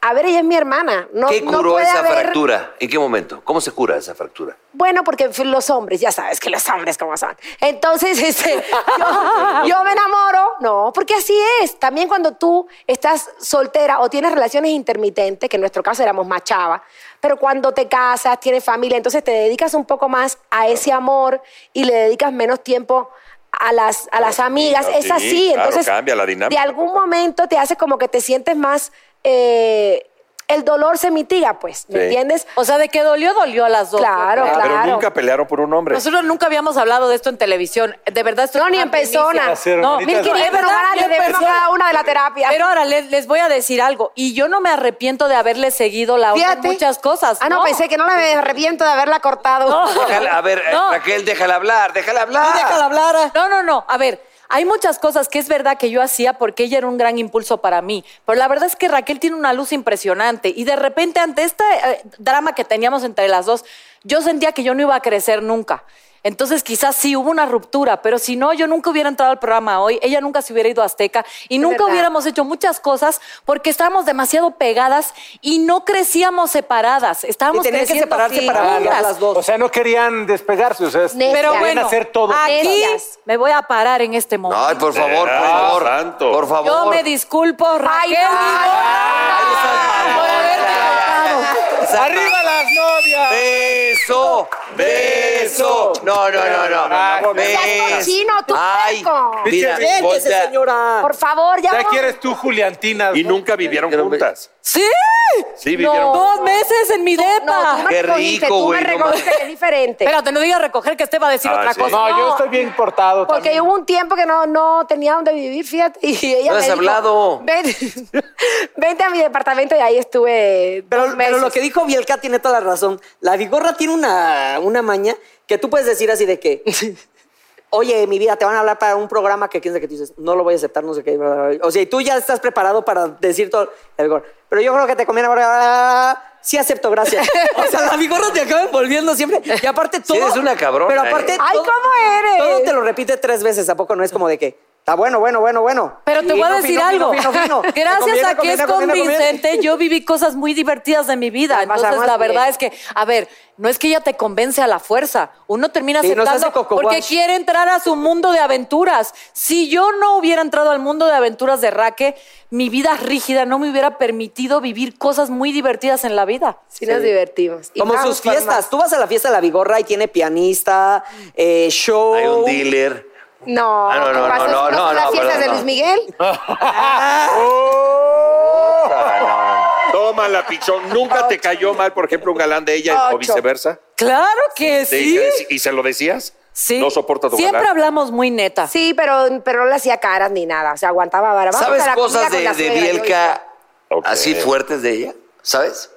S8: a ver, ella es mi hermana. No,
S2: ¿Qué
S8: no
S2: curó
S8: puede
S2: esa
S8: haber-
S2: fractura? ¿En qué momento? ¿Cómo se cura esa fractura?
S8: Bueno, porque en fin, los hombres, ya sabes que los hombres como son. Entonces, [LAUGHS] este,
S3: [LAUGHS]
S8: yo, yo me enamoro. No, porque así es. También cuando tú estás soltera o tienes relaciones intermitentes, que en nuestro caso éramos más chava, pero cuando te casas, tienes familia, entonces te dedicas un poco más a ese amor y le dedicas menos tiempo a las, a las amigas.
S3: amigas,
S8: Es así.
S3: sí, claro,
S8: entonces,
S3: cambia la dinámica.
S8: de algún momento te hace como que te sientes más... eh, el dolor se mitiga, pues, ¿me
S3: Sí.
S8: entiendes?
S7: O sea, de que dolió, dolió a las dos.
S8: Claro,
S3: Ah,
S8: claro.
S3: Pero nunca pelearon por un hombre.
S7: Nosotros nunca habíamos hablado de esto en televisión. De verdad, esto
S8: No,
S7: es
S8: ni
S7: una
S8: en persona.
S7: primicia.
S5: Las hermanitas
S7: No,
S5: de-
S8: 1500
S7: es verdad,
S8: horas
S7: ni
S8: le
S7: en
S8: debemos
S7: persona.
S8: cada una de la terapia.
S7: Pero ahora les, les voy a decir algo. Y yo no me arrepiento de haberle seguido la onda en
S8: Fíjate.
S7: muchas cosas.
S8: Ah, no, pensé que no la me arrepiento de haberla cortado.
S2: Déjala- a ver, eh,
S7: No.
S2: Raquel, déjala hablar, déjala hablar.
S9: Ah, déjala hablar. ah.
S7: No, no, no. A ver, hay muchas cosas que es verdad que yo hacía porque ella era un gran impulso para mí. Pero la verdad es que Raquel tiene una luz impresionante. Y de repente, ante este eh, drama que teníamos entre las dos, yo sentía que yo no iba a crecer nunca. Entonces quizás sí hubo una ruptura, pero si no, yo nunca hubiera entrado al programa hoy, ella nunca se hubiera ido a Azteca y nunca
S8: verdad.
S7: hubiéramos hecho muchas cosas porque estábamos demasiado pegadas y no crecíamos separadas. Estábamos
S4: tenían que
S7: creciendo
S4: separarse para
S7: juntas.
S4: hablar las
S5: O sea, no querían despegarse, o sea, es-
S7: Pero
S5: querían
S7: bueno,
S5: hacer todo.
S7: aquí me voy a parar en este momento.
S2: Ay, por favor, por
S3: Ah,
S2: favor.
S3: santo.
S2: Por favor.
S7: Yo me disculpo, Raquel.
S2: ¡Arriba
S5: las novias!
S2: ¡Beso! ¡Beso! No, no, no, no.
S8: No seas cochino, tú
S2: Ay,
S8: puerco.
S2: mira,
S8: Siéntese,
S2: voltea.
S8: señora. Por favor, ya.
S5: Ya
S8: vamos.
S5: quieres tú, Juliantina.
S3: Y nunca vivieron juntas.
S7: ¡Sí!
S3: Sí, vivieron
S7: Dos meses en mi depa.
S8: Tú me recogiste, tú me recogiste, que es diferente.
S7: Espérate, no digas recoger que este va a decir
S3: Ah,
S7: otra
S3: sí.
S7: cosa.
S5: No, yo estoy bien portado
S8: Porque
S5: también.
S8: hubo un tiempo que no, no tenía dónde vivir, fíjate. Y ella
S2: No
S8: me
S2: has
S8: dijo,
S2: hablado.
S8: Ven, [LAUGHS] vente a mi departamento y ahí estuve
S4: Pero,
S8: dos
S4: pero
S8: meses.
S4: lo que dijo Bielka tiene toda la razón. La vigorra tiene una, una maña que tú puedes decir así de que,
S7: [LAUGHS]
S4: oye, mi vida, te van a hablar para un programa que quién sabe que tú dices, no lo voy a aceptar, no sé qué. bla, bla, bla". O sea, y tú ya estás preparado para decir todo. La vigorra, pero yo creo que te conviene. bla, bla, bla, bla". Sí acepto,
S7: [LAUGHS]
S4: gracias. O sea, la vigorra te acaba envolviendo siempre. Y aparte todo...
S2: eres una cabrona,
S4: Pero aparte...
S2: ¿eh?
S8: Ay,
S4: todo-
S8: ¿cómo eres?
S4: Todo te lo repite tres veces, ¿a poco no es como de que... Está bueno, bueno, bueno, bueno.
S7: Pero te voy a
S4: Fino,
S7: decir
S4: fino,
S7: algo.
S4: fino,
S7: [LAUGHS]
S4: fino, fino.
S7: Gracias
S4: Conviene,
S7: a que
S4: conviene,
S7: es
S4: conviene, conviene.
S7: convincente, yo viví cosas muy divertidas de mi vida.
S4: Además,
S7: Entonces,
S4: además,
S7: la
S4: bien.
S7: verdad es que, a ver, no es que ella te convence a la fuerza. Uno termina
S4: Sí, nos hace
S7: aceptando
S4: coco
S7: porque
S4: wash.
S7: quiere entrar a su mundo de aventuras. Si yo no hubiera entrado al mundo de aventuras de Raque, mi vida rígida no me hubiera permitido vivir cosas muy divertidas en la vida.
S8: Sí, nos divertimos. Y
S4: eh, Como
S8: vamos
S4: sus
S8: por más.
S4: fiestas. Tú vas a la fiesta de la Vigorra y tiene pianista, eh, show.
S2: Hay un dealer.
S8: No,
S2: Ah, no, no,
S8: ¿qué pasó?
S2: no,
S8: ¿No
S2: no,
S8: son
S2: no,
S8: las
S2: no,
S8: fiestas
S2: perdón,
S8: de
S2: no. Ah.
S8: Luis Miguel?
S7: Oh.
S3: Ah, Toma la pichón. ¿Nunca te cayó mal, por ejemplo, un galán de ella
S8: Ocho.
S3: o viceversa?
S7: Claro que
S3: Te-
S7: sí.
S3: ¿Y se lo decías?
S7: Sí.
S3: No soporta tu
S7: Siempre
S3: galán.
S7: hablamos muy neta.
S8: Sí, pero, pero no le hacía caras ni nada. O sea, aguantaba vara. Vamos
S2: ¿Sabes
S8: a la
S2: cosas
S8: comida
S2: de,
S8: con la
S2: de
S8: suegra, yo
S2: Bielka
S3: Ok.
S2: así fuertes de ella? ¿Sabes?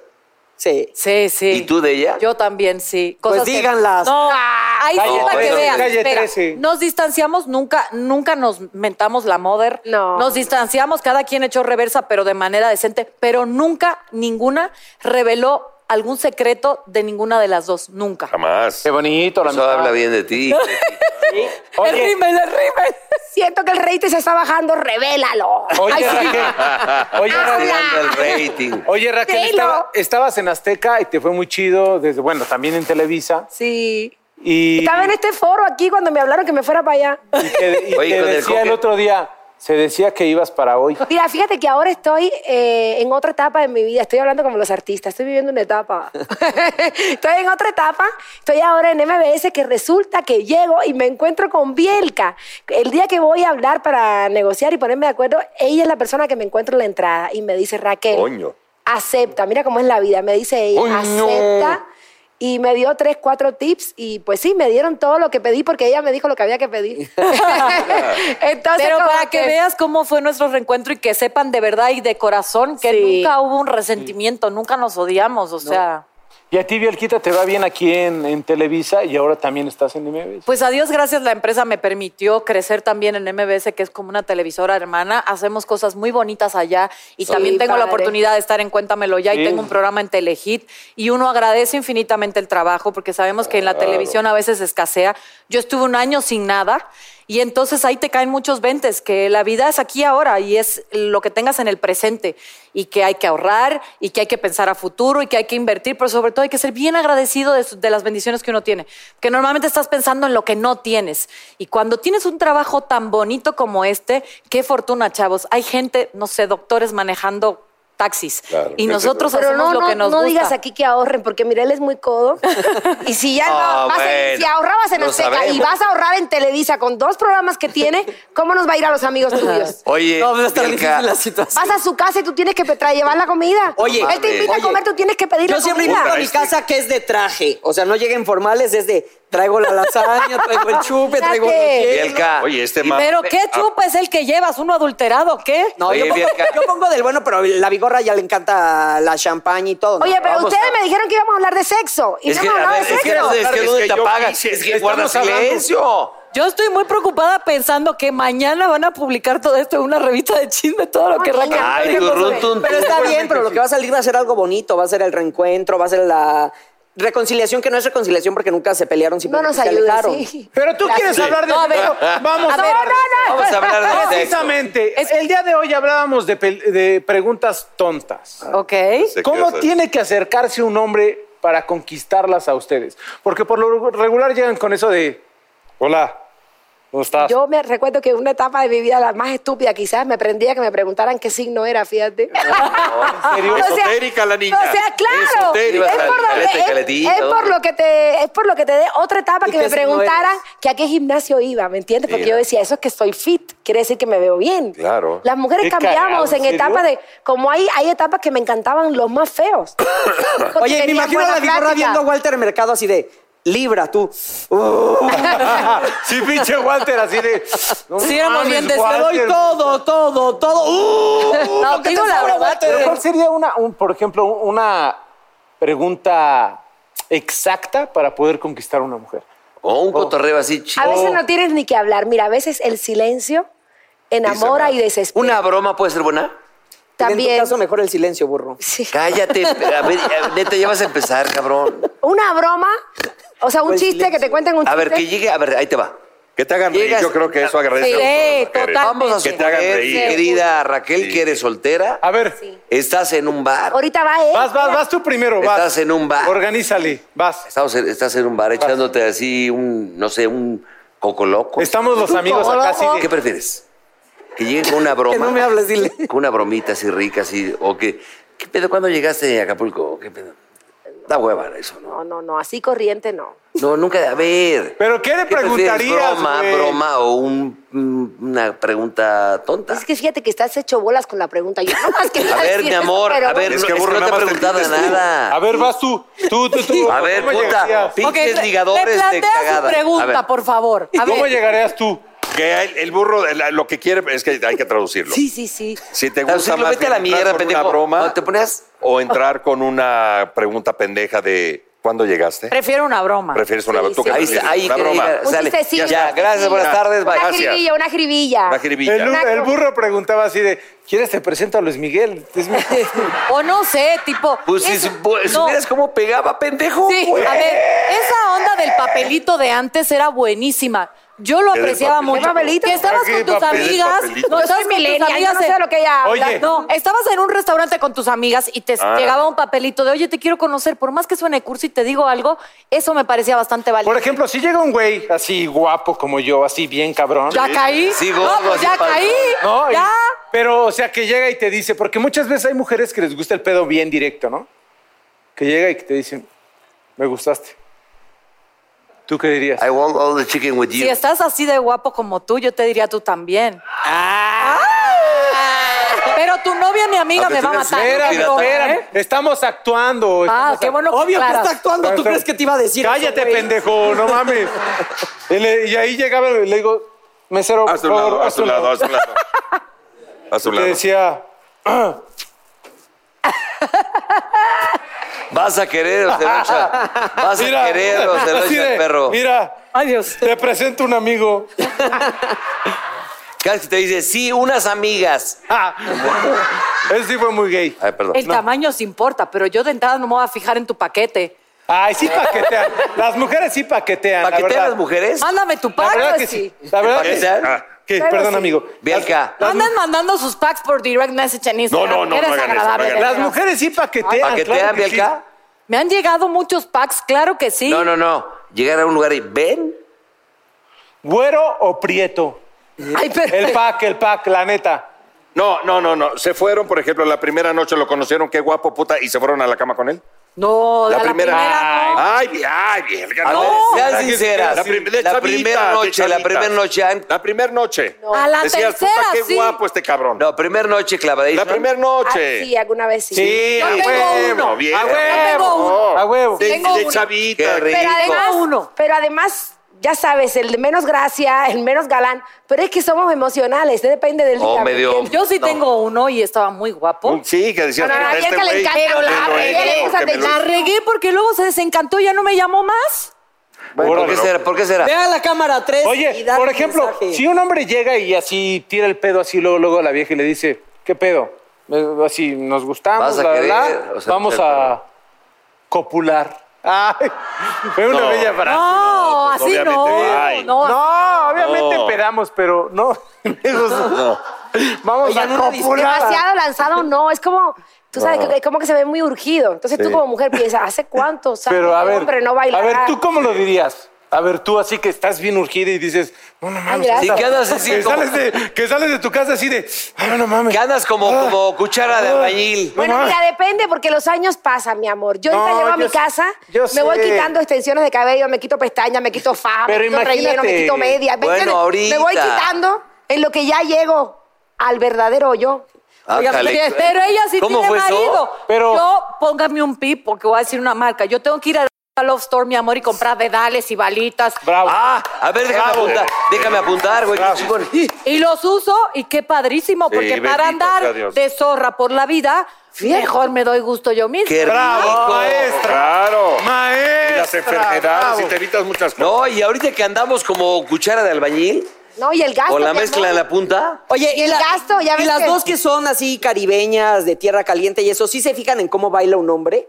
S4: Sí.
S7: Sí, sí.
S2: ¿Y tú de ella?
S7: Yo también, sí.
S4: Pues
S7: Cosas que-
S4: díganlas. Ah,
S7: No, ahí sí
S5: Calle
S7: para que
S5: 13,
S7: vean.
S5: calle
S7: Espera,
S5: 13.
S7: Nos distanciamos, nunca, nunca nos mentamos la moder.
S8: No.
S7: Nos distanciamos, cada quien echó reversa, pero de manera decente. Pero nunca ninguna reveló algún secreto de ninguna de las dos. Nunca.
S3: Jamás.
S10: Qué bonito, la
S2: Eso
S10: amistad.
S2: habla bien de ti.
S7: El rímel, el rímel.
S8: Siento que el rey te se está
S2: [LAUGHS]
S8: bajando, revélalo.
S5: Oye,
S8: Ay, sí.
S5: Raquel. Oye,
S8: Habla.
S5: Raquel.
S2: Tirando el rating.
S5: Oye, Raquel,
S8: Dilo.
S5: estaba- estabas en Azteca y te fue muy chido desde, bueno, también en Televisa.
S8: Sí.
S5: Y,
S8: Estaba en este foro aquí cuando me hablaron que me fuera para allá.
S5: y te, y
S2: Oye,
S5: te
S2: con el
S5: decía el
S2: coque.
S5: otro día, se decía que ibas para hoy.
S8: Mira, fíjate que ahora estoy eh, en otra etapa de mi vida. Estoy hablando como los artistas. Estoy viviendo una etapa. [LAUGHS] estoy en otra etapa. Estoy ahora en MBS que resulta que llego y me encuentro con Bielka. El día que voy a hablar para negociar y ponerme de acuerdo, ella es la persona que me encuentro en la entrada y me dice, Raquel,
S3: Coño.
S8: acepta. Mira cómo es la vida. Me dice ella,
S3: Coño.
S8: acepta. Y me dio tres, cuatro tips y pues sí, me dieron todo lo que pedí porque ella me dijo lo que había
S2: [LAUGHS]
S8: que pedir. Entonces,
S7: Pero
S8: como
S7: para que veas cómo fue nuestro reencuentro y que sepan de verdad y de corazón que
S8: Sí.
S7: nunca hubo un resentimiento, nunca nos odiamos, o sea.
S5: Y a ti, Bielquita, te va bien aquí en, en Televisa y ahora también estás en MBS.
S7: Pues a Dios gracias, la empresa me permitió crecer también en MBS, que es como una televisora hermana. Hacemos cosas muy bonitas allá y
S8: Sí,
S7: también tengo la
S8: padre.
S7: oportunidad de estar en Cuéntamelo Ya
S5: Sí.
S7: y tengo un programa en Telehit y uno agradece infinitamente el trabajo porque sabemos que en la televisión a veces escasea. Yo estuve un año sin nada y entonces ahí te caen muchos ventes, que la vida es aquí ahora y es lo que tengas en el presente y que hay que ahorrar y que hay que pensar a futuro y que hay que invertir, pero sobre todo hay que ser bien agradecido de, su- de las bendiciones que uno tiene, que normalmente estás pensando en lo que no tienes. Y cuando tienes un trabajo tan bonito como este, qué fortuna, chavos. Hay gente, no sé, doctores manejando taxis
S3: Claro,
S7: y
S3: que
S7: nosotros
S8: Pero
S7: hacemos
S8: no,
S7: lo
S8: no,
S7: que nos
S8: no
S7: gusta.
S8: digas aquí que ahorren, porque Mirel es muy codo. Y si
S2: [LAUGHS]
S8: ya
S2: Ah,
S8: no, vas en-
S2: bueno,
S8: si ahorrabas en
S2: lo
S8: Azteca y
S2: sabemos.
S8: vas a ahorrar en Televisa con dos programas que tiene, ¿cómo nos va a ir a los amigos
S2: [LAUGHS]
S8: tuyos?
S2: Oye,
S4: No, va a estar
S2: Bielka,
S4: difícil la situación.
S8: Vas a su casa y tú tienes que pe- tra- llevar la comida.
S4: Oye,
S8: él te invita
S4: oye,
S8: a comer, tú tienes que pedir
S4: Yo
S8: la
S4: siempre
S8: comida.
S4: invito a
S2: este.
S4: mi casa que es de traje. O sea, no lleguen formales, es de traigo la lasaña, traigo el chupe, traigo el
S8: Fíjate.
S2: Bielka.
S3: Oye, este ma-
S7: Pero qué
S3: Ah,
S7: chupa es el que llevas, uno adulterado, ¿qué?
S4: No,
S2: Oye,
S4: yo, pongo,
S2: Bielka.
S4: yo pongo del bueno, pero la vigorra ya le encanta la champaña y todo. ¿no?
S8: Oye, pero
S4: Vamos
S8: ustedes
S4: a-
S8: me dijeron que íbamos a hablar de sexo. Y
S2: Es
S8: no
S2: que,
S8: hemos
S2: a
S8: hablado de
S2: ver, es que,
S8: sexo.
S2: ¿dónde- es que
S3: Es
S2: dónde
S3: que
S2: te
S3: yo
S2: apagas?
S3: quise-
S2: Es que
S3: estamos
S2: guardas
S3: hablando.
S2: silencio.
S7: Yo estoy muy preocupada pensando que mañana van a publicar todo esto en una revista de chisme, todo lo que
S8: Ay,
S7: Raquel.
S2: Ay,
S7: dijo
S2: turrún,
S7: sobre-
S2: tun,
S4: Pero
S2: tun.
S4: está bien, pero lo que va a salir va a ser algo bonito, va a ser el reencuentro, va a ser la
S9: reconciliación que no es reconciliación porque nunca se pelearon, simplemente
S8: nos
S9: se
S8: ayuda,
S9: alejaron.
S8: sí.
S5: Pero tú quieres
S9: Sí.
S5: hablar de
S9: No, a ver.
S5: sexo. Vamos
S9: A ver. Vamos a hablar
S5: [LAUGHS]
S9: de sexo.
S5: Precisamente. El día de hoy hablábamos de, pel- de preguntas tontas.
S7: Ok.
S5: ¿Cómo tiene que acercarse un hombre para conquistarlas a ustedes? Porque por lo regular llegan con eso de, hola, ¿cómo estás?
S8: Yo me recuerdo que una etapa de mi vida, la más estúpida, quizás me prendía que me preguntaran qué signo era, fíjate.
S6: ¿En serio?
S8: O sea,
S6: Esotérica la niña.
S8: [LAUGHS] O sea, claro.
S6: Esotérica.
S8: Es por, lo
S2: Caleta y
S8: que,
S2: caletito.
S8: es- es por lo que te, es por lo que te dé otra etapa
S9: ¿Y
S8: que
S9: qué
S8: me
S9: signo
S8: preguntaran que a qué gimnasio iba, ¿me entiendes? Porque
S2: Mira.
S8: yo decía, eso es que estoy fit, quiere decir que me veo bien.
S2: Claro.
S8: Las
S5: Qué
S8: mujeres cambiamos
S5: cagado, ¿en
S8: en
S5: serio?
S8: etapas de, como hay, hay etapas que me encantaban los más feos. Porque
S9: Oye, me
S8: tenían
S9: imagino
S8: buena
S9: a la vigorra
S8: plática.
S9: viendo a Walter Mercado así de libra, tú.
S5: Ah, sí, pinche Walter, así
S7: [LAUGHS]
S5: de... "No
S7: Sí, éramos
S5: mames,
S7: bien de- te
S9: Te doy
S5: Walter".
S9: todo, todo, todo. ¡Uh!
S7: No,
S9: lo que
S7: digo
S9: te
S7: la
S9: sobra,
S7: verdad,
S9: Walter.
S5: Pero
S8: eh,
S5: ¿cuál sería una, un- por ejemplo, una pregunta exacta para poder conquistar a una mujer?
S2: O un cotorreo así chido.
S8: A veces no tienes ni que hablar. Mira, a veces el silencio enamora y desespera.
S2: ¿Una broma puede ser buena?
S8: También.
S9: En tu caso, mejor el silencio, burro.
S8: Sí. [LAUGHS]
S2: Cállate. A ver, a- neta, ya vas a empezar, cabrón.
S8: Una broma, o sea, un
S9: Pues,
S8: chiste que te cuenten un chiste.
S2: A ver, que llegue. A ver, ahí te va.
S6: Que te hagan
S2: Llegas-
S6: reír. Yo creo que eso agradece
S7: Sí,
S6: mucho a las mujeres.
S7: total.
S2: Vamos a
S6: Que te hagan
S2: suponer,
S6: reír.
S2: querida Raquel, que eres soltera.
S5: A ver,
S2: Estás en un bar.
S8: Ahorita va él.
S5: vas, vas, vas tú primero, vas.
S2: Estás en un bar.
S5: Organízale, vas.
S2: Estamos en- estás en un bar echándote así un, no sé, un cocoloco.
S5: Estamos los amigos acá, así
S2: ¿Qué
S5: de-
S2: prefieres? Que llegue con una broma.
S9: Que no me hables, dile.
S2: Con una bromita así rica, así. O que. ¿Qué pedo? ¿Cuándo llegaste a Acapulco? ¿Qué pedo? Da hueva eso, ¿no?
S8: No, no, no, así corriente no.
S2: No, nunca. A ver.
S5: ¿Pero qué le
S2: prefieres,
S5: preguntarías,
S2: ¿Broma,
S5: güey?
S2: broma o un- mm, una pregunta tonta?
S8: Es que fíjate que estás hecho bolas con la pregunta. Yo no más quería
S2: Ah. [LAUGHS] A ver,
S8: decir
S2: mi
S8: eso,
S2: amor,
S8: pero
S2: a ver,
S6: Es
S2: no,
S6: que
S2: es que
S6: burro,
S2: no te
S6: nada
S2: he
S6: más te
S2: preguntado
S6: entiendes tú.
S2: nada.
S5: A ver, vas tú. Tú, tú, tú.
S2: A ver,
S5: ¿Cómo
S2: puta,
S5: llegarías?
S2: pinches
S7: le-
S2: ligadores
S7: le
S2: de
S7: plantea
S2: cagada.
S7: su
S2: A
S7: pregunta,
S2: ver.
S7: por favor. A
S5: ¿Cómo
S7: ver.
S5: llegarías tú?
S6: Que el, el burro, la- lo que quiere, es que hay que traducirlo.
S8: Sí, sí, sí.
S6: Si te
S2: Claro,
S6: gusta
S2: sí, lo
S6: más
S2: vete
S6: bien
S2: a
S6: entrar
S2: la mierda,
S6: con
S2: pendejo.
S6: una broma
S2: No, te ponías-
S6: o entrar con una pregunta pendeja de ¿cuándo llegaste?
S7: Prefiero una broma.
S6: ¿Prefieres una,
S8: Sí,
S6: ¿tú qué
S8: sí.
S2: Ahí,
S6: prefieres?
S2: ahí
S6: una
S2: que
S6: broma.
S2: diga,
S8: Un
S2: sale. Ya,
S8: chistecillo, un chistecillo.
S2: gracias, buenas tardes,
S8: Una
S2: bye.
S8: jiribilla, una jiribilla.
S6: Una jiribilla.
S5: El, el burro preguntaba así de, ¿quieres te presento a Luis Miguel? Es
S7: [LAUGHS]
S5: mi-
S7: O no sé, tipo.
S2: Pues si
S7: eso-
S2: supo-
S7: no.
S2: supieras cómo pegaba, pendejo.
S7: Sí,
S2: güey.
S7: a ver, esa onda del papelito de antes era buenísima. Yo lo
S6: ¿Qué del
S7: apreciaba
S6: papelito? ¿Qué
S7: mucho.
S6: papelito?
S7: Que estabas
S5: ¿Qué
S7: con tus
S5: papel?
S7: amigas.
S6: ¿Qué papelito?
S7: No,
S8: Yo
S7: estabas
S8: soy
S7: con tus
S8: milenial, yo
S7: amigas
S8: no sé
S7: en-
S8: de lo que ella habla.
S5: Oye.
S7: No, estabas en un restaurante con tus amigas y te
S6: Ah.
S7: llegaba un papelito de, oye, te quiero conocer, por más que suene cursi y te digo algo, eso me parecía bastante válido.
S5: Por ejemplo, si llega un güey así guapo como yo, así bien cabrón.
S7: ya caí.
S2: Sí, gordo,
S7: no, pues
S2: así
S7: ya
S2: pal-
S7: caí.
S5: ¿no? Y-
S7: Ya.
S5: pero, o sea, que llega y te dice, porque muchas veces hay mujeres que les gusta el pedo bien directo, ¿no? Que llega y que te dicen, me gustaste. ¿Tú qué dirías?
S2: I want all the chicken with you.
S7: Si estás así de guapo como tú, yo te diría tú también. Ah. Pero tu novia, mi amiga,
S2: A ver,
S7: me va a
S2: tienes-
S7: matar.
S5: Espérame,
S7: Pero,
S5: espérame.
S7: ¿eh?
S5: Estamos actuando.
S7: Ah,
S5: estamos
S7: qué bueno que
S9: Obvio que
S7: aclaras.
S9: está actuando. ¿Tú crees que te iba a decir? eso,
S5: Cállate,
S9: güey? [LAUGHS]
S5: pendejo, no mames. y, le- y ahí llegaba y le digo, mesero, por
S6: Haz un
S5: favor,
S6: lado,
S5: haz
S6: haz
S5: tu
S6: un lado, haz un lado. Haz un
S5: Te
S6: lado.
S5: decía,
S2: ¿Vas a querer o se lo echa? ¿Vas
S5: mira,
S2: a querer o se lo
S5: así
S2: echa
S5: de,
S2: el perro?
S5: Mira,
S7: Ay, Dios.
S5: te presento
S6: [LAUGHS]
S5: un amigo.
S2: Cada vez que te dice, sí, unas amigas.
S5: Ese sí fue muy gay.
S2: Ay, perdón.
S7: El tamaño se importa, pero yo de entrada no me voy a fijar en tu paquete.
S5: Ay, sí paquetean. Las mujeres sí paquetean. la
S2: ¿Paquetean
S5: verdad.
S2: las mujeres?
S7: Mándame tu
S5: La
S7: pack,
S5: verdad que
S7: pues
S5: sí.
S7: sí.
S5: La verdad que sí.
S2: ¿Paquetean?
S6: Ah,
S5: ¿Qué?
S8: Claro,
S5: Perdón,
S8: sí.
S5: amigo.
S2: Ve acá.
S7: Andan mandando sus packs por direct message en Instagram.
S6: no, no,
S7: Qué
S6: no hagan eso, no
S7: desagradable,
S6: hagan
S7: de
S6: eso.
S5: Las
S7: veras.
S5: mujeres sí paquetean.
S2: ¿Paquetean,
S5: claro que
S2: ve
S5: sí.
S2: acá?
S7: Me han llegado muchos packs, claro que sí.
S2: No, no, no. Llegar a un lugar y ven.
S5: ¿Güero o prieto?
S7: [LAUGHS] Ay, pero-
S5: El pack, el pack, la neta.
S6: No, no, no, no. Se fueron, por ejemplo, la primera noche lo conocieron, qué guapo, puta, y se fueron a la cama con él.
S7: No,
S6: La
S7: la, la
S6: primera. Ah,
S7: primera, no.
S6: Ay, vi- ay, verga,
S2: A
S6: no.
S2: ver, sean
S6: La que-
S2: sinceras.
S6: La, prim- de
S2: La
S6: chavitas,
S2: primera
S6: de
S2: noche, la
S6: chavitas.
S2: primera noche, han-
S6: La primera noche.
S7: A la
S6: Decías, puta,
S7: tercera,
S6: qué
S7: sí.
S6: guapo este cabrón.
S2: No, primer noche clavadita.
S6: La primera
S8: Ah,
S6: noche.
S8: sí, alguna vez sí.
S6: Sí,
S7: Yo
S6: a
S7: tengo uno.
S6: huevo, bien.
S7: Yo tengo uno.
S5: A huevo.
S6: De,
S7: Tengo
S6: de
S7: uno.
S6: chavita.
S2: Qué rico.
S8: Pero además,
S7: uno.
S8: pero además, ya sabes, el de menos gracia, el menos galán, pero es que somos emocionales, depende del
S2: Oh,
S8: día.
S2: medio-
S8: ¿me entiendes?
S7: Yo sí
S2: No.
S7: tengo uno y estaba muy guapo.
S6: Sí, que decías,
S8: No, no,
S6: "Puta,
S8: a Bianca
S6: este
S8: le
S6: güey,
S8: encanta,
S6: me
S8: la-
S6: lo
S8: a ella le
S6: hizo,
S8: gusta
S6: que me lo
S7: La
S8: bailar.
S7: regué porque luego se desencantó y ya no me llamó más.
S2: Bueno, ¿Por qué
S6: Órale.
S2: será? ¿Por qué será?
S9: Ve a la cámara 3
S5: Oye,
S9: y dale
S5: por
S9: un
S5: ejemplo,
S9: mensaje.
S5: si un hombre llega y así tira el pedo así luego, luego a la vieja y le dice, ¿qué pedo? Eh, Así nos gustamos,
S2: Vas a
S5: la, la, la,
S2: querer, o sea,
S5: vamos
S2: pero-
S5: a copular. [LAUGHS] Ay, fue una
S7: No.
S5: bella frase.
S7: No, No, pues, así obviamente, no. ay.
S5: No,
S7: No.
S5: obviamente
S7: No.
S5: pedamos, pero no. Esos- Vamos
S8: Oigan,
S5: a
S8: una
S5: copular.
S8: Demasiado lanzado, no. Es como, tú sabes,
S5: No.
S8: que es como que se ve muy urgido. Entonces tú
S5: Sí.
S8: como mujer piensas, ¿hace cuánto?
S5: [LAUGHS]
S8: sale
S5: Pero a
S8: este
S5: ver,
S8: hombre no
S5: a
S8: bailará?
S5: ver, ¿tú cómo lo dirías? A ver, tú así que estás bien urgida y dices, no, no mames.
S8: gracias.
S5: que
S8: Sí, que andas
S2: así
S5: que
S2: como-
S5: sales de, que sales de tu casa así de, ah, no mames. Que
S2: andas como, como cuchara de albañil.
S8: Bueno, mira, depende porque los años pasan, mi amor. Yo ahorita
S5: No,
S8: llego a
S5: yo
S8: mi
S5: sé-
S8: casa,
S5: yo
S8: me voy
S5: sé.
S8: quitando extensiones de cabello, me quito pestañas, me quito fama, me
S5: Pero
S8: quito relleno, me
S5: imagínate.
S8: quito media. ¿me
S2: Bueno,
S8: entiendes?
S2: ahorita.
S8: Me voy quitando en lo que ya llego al verdadero yo.
S2: Ah,
S7: Oiga,
S2: cale-
S7: pero- pero ella sí
S2: ¿Cómo
S7: tiene
S2: fue eso?
S7: marido.
S2: Pero-
S7: Yo póngame un pip porque voy a decir una marca. Yo tengo que ir a la Love Store, mi amor, y comprar vedales y balitas.
S2: Ah, a ver, déjame
S7: Bravo.
S2: apuntar. Déjame apuntar, güey. qué chingón.
S7: Y los uso y qué padrísimo,
S2: Sí,
S7: porque para
S2: bendito
S7: andar
S2: sea Dios.
S7: de zorra por la vida, mejor me doy gusto yo misma.
S2: Qué rico.
S6: Claro.
S5: Maestra.
S6: Y las enfermedades
S2: bravo.
S6: y te evitas muchas cosas.
S2: No, y ahorita que andamos como cuchara de albañil,
S8: No, y el gasto.
S2: con la
S8: mi
S2: mezcla
S8: amor.
S2: en la punta.
S9: Oye,
S8: Y el gasto, ya
S9: y
S8: ves
S9: las
S8: que-
S9: dos que son así caribeñas, de tierra caliente y eso, ¿sí se fijan en cómo baila un hombre?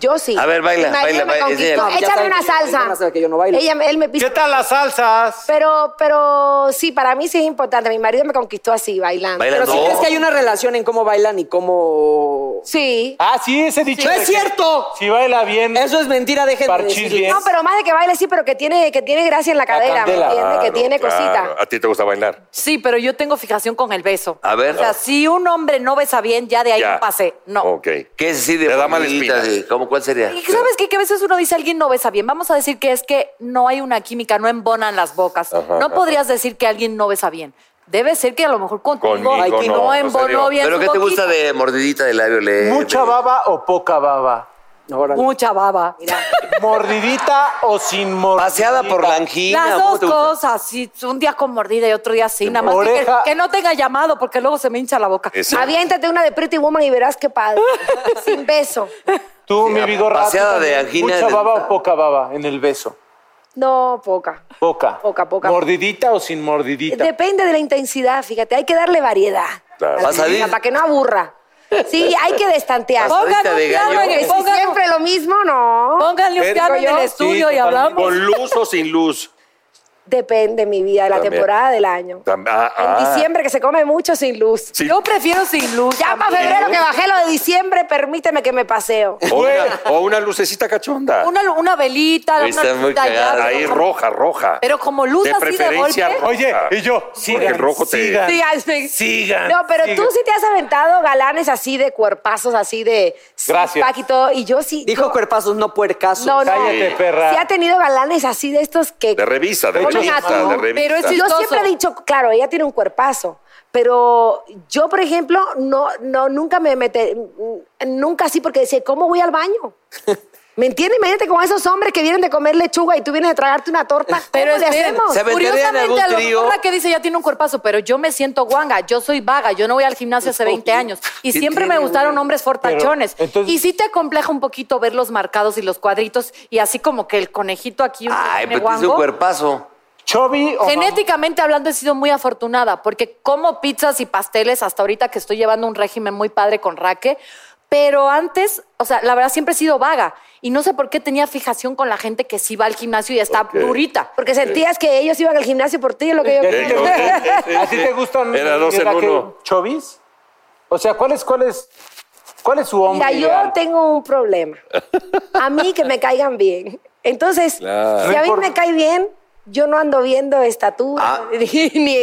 S8: Yo sí.
S2: A ver, baila,
S8: Mi marido
S2: baila,
S8: me
S2: baila,
S8: conquistó.
S2: enséñala.
S9: Ya
S8: Échame
S9: saben
S8: una
S9: que- ahorita van a
S8: salsa.
S9: saber que yo no bailo.
S8: Ella, me- él me piso.
S5: ¿Qué tal las salsas?
S8: Pero, pero sí, para mí sí es importante. Mi marido me conquistó así, bailando.
S9: Pero si crees que hay una relación en cómo bailan y cómo...
S8: Sí.
S5: Ah, sí, ese dicho.
S9: ¡No
S5: de
S9: es
S5: que
S9: cierto!
S5: Si baila bien.
S9: Eso es mentira, dejen de
S5: Parchís
S9: decirlo.
S5: bien.
S8: No, pero más de que baile sí, pero que tiene, que tiene gracia en la cadera, ¿me
S5: candela.
S8: entiendes? Que
S6: Claro,
S8: tiene
S6: claro.
S8: cosita.
S6: ¿A ti te gusta bailar?
S7: Sí, pero yo tengo fijación con el beso.
S2: A ver.
S7: O sea, si un hombre no besa bien, ya de ahí
S6: Ya.
S7: no pasé. No.
S6: Ok.
S2: ¿Qué es así de
S6: Te da mala
S2: bonita,
S6: espina.
S2: sí, ¿Cómo cuál sería?
S7: Y ¿Sabes qué? Que a veces uno dice, alguien no besa bien. Vamos a decir que es que no hay una química, no embonan las bocas.
S6: Ajá,
S7: no
S6: ajá.
S7: podrías decir que alguien no besa bien. Debe ser que a lo mejor contigo
S6: Conmigo
S7: ay, que
S6: no,
S7: no,
S6: no se
S7: embonó
S6: dio.
S7: bien
S2: ¿Pero
S7: su
S2: qué te gusta
S7: boquita.
S2: de mordidita de labio leve?
S5: ¿Mucha baba o poca baba?
S7: Mucha baba.
S5: ¿Mordidita o sin mordidita?
S2: Paseada por la angina.
S7: Las
S2: ¿cómo
S7: dos
S2: te gusta?
S7: cosas, sí, un día con mordida y otro día sin. Nada más que- que,
S5: Oreja.
S7: no tenga llamado porque luego se me hincha la boca.
S6: Exacto.
S8: Aviéntate una de Pretty Woman y verás qué
S6: [LAUGHS]
S8: padre. Sin beso.
S5: Tú, mi vigorra.
S2: paseada
S5: tú
S2: de
S5: también.
S2: angina
S5: ¿Mucha
S2: de-
S5: baba o poca baba en el beso?
S8: No, poca.
S5: Poca.
S8: Poca, poca.
S5: ¿Mordidita o sin mordidita?
S8: Depende de la intensidad, fíjate. Hay que darle variedad.
S6: Claro.
S8: a la
S2: Vas a
S8: comida
S2: ir.
S8: Para que no aburra. Sí, hay que destantear.
S2: Vas a ir.
S7: Pónganle
S2: Pasadita
S7: un
S2: de
S7: piano
S2: gallo.
S7: en el
S8: Si siempre lo mismo, no.
S7: Pónganle un
S6: Pero
S7: piano en
S8: yo-
S7: el
S8: Sí,
S7: estudio y
S5: totalmente.
S7: hablamos.
S6: ¿Con luz o sin luz?
S8: Depende, mi vida, de la
S6: También.
S8: temporada del año.
S6: Tam- ah,
S8: En
S6: ah.
S8: diciembre, que se come mucho sin luz.
S6: Sí.
S7: Yo prefiero sin luz.
S8: Ya para
S7: también.
S8: febrero que bajé lo de diciembre, permíteme que me paseo.
S6: O una, o una lucecita cachonda.
S7: Una, una velita, una
S2: Está muy
S7: lucecita ya,
S2: cagada.
S6: Ahí
S7: pero-
S6: roja, roja.
S7: Pero como luz
S6: De
S7: así de
S6: preferencia
S7: golpe.
S6: roja.
S5: Oye, y yo, sigan,
S6: Porque el rojo te-
S5: sigan,
S8: Sí, hazme-
S5: sigan,
S8: No, pero tú
S5: sigan.
S8: sí te has aventado galanes así de cuerpazos, así de
S5: Gracias.
S8: six-pack y todo. Y yo sí.
S9: Dijo cuerpazos, no puercazos.
S8: No, no.
S5: Cállate,
S8: Sí.
S5: perra.
S8: Sí ha tenido galanes así de estos que.
S6: De revista, de
S8: Oye,
S6: revista,
S8: Nato,
S6: de revista.
S7: pero es-
S8: yo
S7: chistoso.
S8: siempre he dicho, claro, ella tiene un cuerpazo. Pero yo, por ejemplo, no, no, nunca me meté, nunca así, porque decía, ¿cómo voy al baño? ¿Me entiendes? Imagínate con esos hombres que vienen de comer lechuga y tú vienes de tragarte una torta.
S7: Pero
S8: ¿Cómo le
S7: esperen,
S8: hacemos?
S2: ¿Se aventarían
S7: curiosamente,
S2: algún
S7: a lo
S2: trío?
S7: mejor la que dice ya tiene un cuerpazo, pero yo me siento guanga, yo soy vaga, yo no voy al gimnasio hace 20 años. Y
S2: ¿Qué
S7: siempre me
S2: tiene,
S7: gustaron hombres fortachones.
S5: Pero, entonces-
S7: y sí te compleja un poquito ver los marcados y los cuadritos y así como que el conejito aquí un
S2: Ay,
S7: tiene
S2: pero tienes un
S7: guango.
S2: cuerpazo.
S5: Chubby o
S2: este-
S7: Genéticamente hablando he sido muy afortunada porque como pizzas y pasteles hasta ahorita que estoy llevando un régimen muy padre con raque, pero antes, o sea, la verdad siempre he sido vaga y no sé por qué tenía fijación con la gente que sí va al gimnasio y está durita.
S8: Porque sentías que ellos iban al gimnasio por ti, es lo que yo
S5: ¿Y a ti
S6: Sí,
S5: te
S6: no,
S5: gustan-
S6: sí, sí,
S5: ¿A ti
S6: sí.
S5: te gustan
S6: Era dos en
S5: Raquel,
S6: uno.
S5: chovis? O sea, ¿cuál es, cuál es, cuál es su hombre?
S8: Mira, yo
S5: ideal?
S8: tengo un problema. A mí que me caigan bien. Entonces,
S6: Claro.
S8: si a mí
S5: Por-
S8: me cae bien, yo no ando viendo estatura
S2: Ah,
S8: [LAUGHS] ni...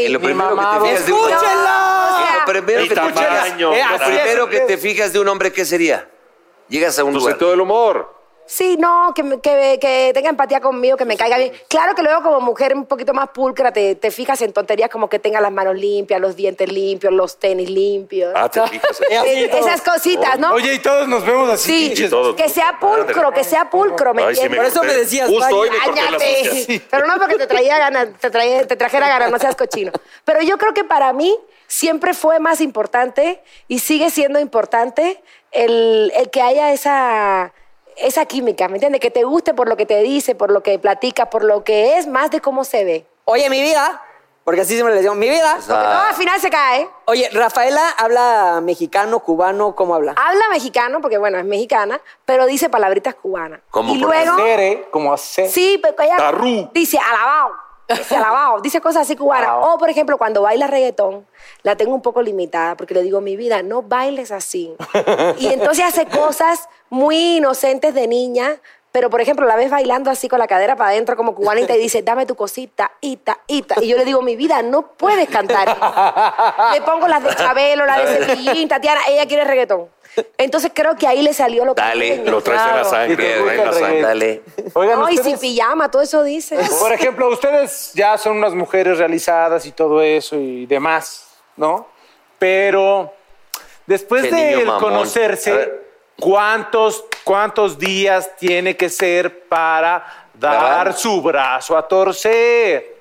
S2: en lo primero que
S5: mamá,
S2: te fijas de un hombre.
S8: ¡Escúchenla!
S2: En lo primero
S6: Y
S2: que te
S6: tamaño,
S2: fijas- lo
S6: eh, así
S5: es,
S2: primero
S5: así
S2: que
S5: es.
S2: te fijas de un hombre, ¿qué sería? Llegas a un
S6: Tu
S2: lugar.
S6: sentido del humor.
S8: Sí, no, que, me- que- que tenga empatía conmigo, que me caiga bien. Claro que luego como mujer un poquito más pulcra te, te fijas en tonterías como que tenga las manos limpias, los dientes limpios, los tenis limpios.
S6: Ah,
S8: [LAUGHS]
S6: te
S11: eh.
S5: [LAUGHS]
S6: fijas. en-
S8: Es- Esas cositas, ¿no?
S5: Oye, y todos nos vemos así.
S8: Sí,
S5: pinches.
S6: todo.
S8: que sea pulcro, que sea pulcro, ¿me
S6: Ay, sí
S8: entiendes?
S6: me
S9: Por eso
S6: corté.
S9: me decías,
S6: Justo hoy me corté las uñas.
S8: Cállate. Pero no porque te traía ganas, te, traía- te trajera ganas, no seas cochino. Pero yo creo que para mí siempre fue más importante y sigue siendo importante el, el que haya esa, esa química, ¿me entiendes? Que te guste por lo que te dice, por lo que platica, por lo que es, más de cómo se ve.
S9: Oye, mi vida,
S4: Porque así siempre les digo, mi vida.
S8: Porque
S2: Ah.
S8: todo al final se cae.
S4: Oye, Rafaela habla mexicano, cubano, ¿cómo habla?
S8: Habla mexicano, porque bueno, es mexicana, pero dice palabritas cubanas.
S12: Como
S8: y
S12: por
S8: luego.
S12: hacer,
S5: ¿eh? Como hacer.
S8: Sí, pero ella
S12: Tarú.
S8: dice alabao. Dice alabao, dice cosas así cubanas.
S5: Alabao.
S8: O, por ejemplo, cuando baila reggaetón, la tengo un poco limitada porque le digo, mi vida, no bailes así. Y entonces hace cosas muy inocentes de niña, pero por ejemplo la ves bailando así con la cadera para adentro como cubana y te dice, dame tu cosita, ita, ita. Y yo le digo, mi vida, no puedes cantar. eso". Le pongo las de Chabelo, las de Cepillín, Tatiana, ella quiere reggaetón. Entonces creo que ahí le salió lo que...
S2: Dale,
S8: tiene.
S11: Lo traes en la
S5: Y
S11: sangre,
S5: te
S11: lo traes en la
S5: gusta el
S11: sangre.
S2: Dale.
S5: Oigan,
S8: No, y sin
S5: ustedes,
S8: pijama, todo eso dice.
S5: Pues, por ejemplo, ustedes ya son unas mujeres realizadas y todo eso y demás, ¿no? Pero después
S2: Qué
S5: de
S2: niño
S5: el
S2: mamón. A
S5: conocerse,
S2: ver.
S5: ¿cuántos, ¿cuántos días tiene que ser para dar
S2: ¿Verdad?
S5: su brazo a torcer?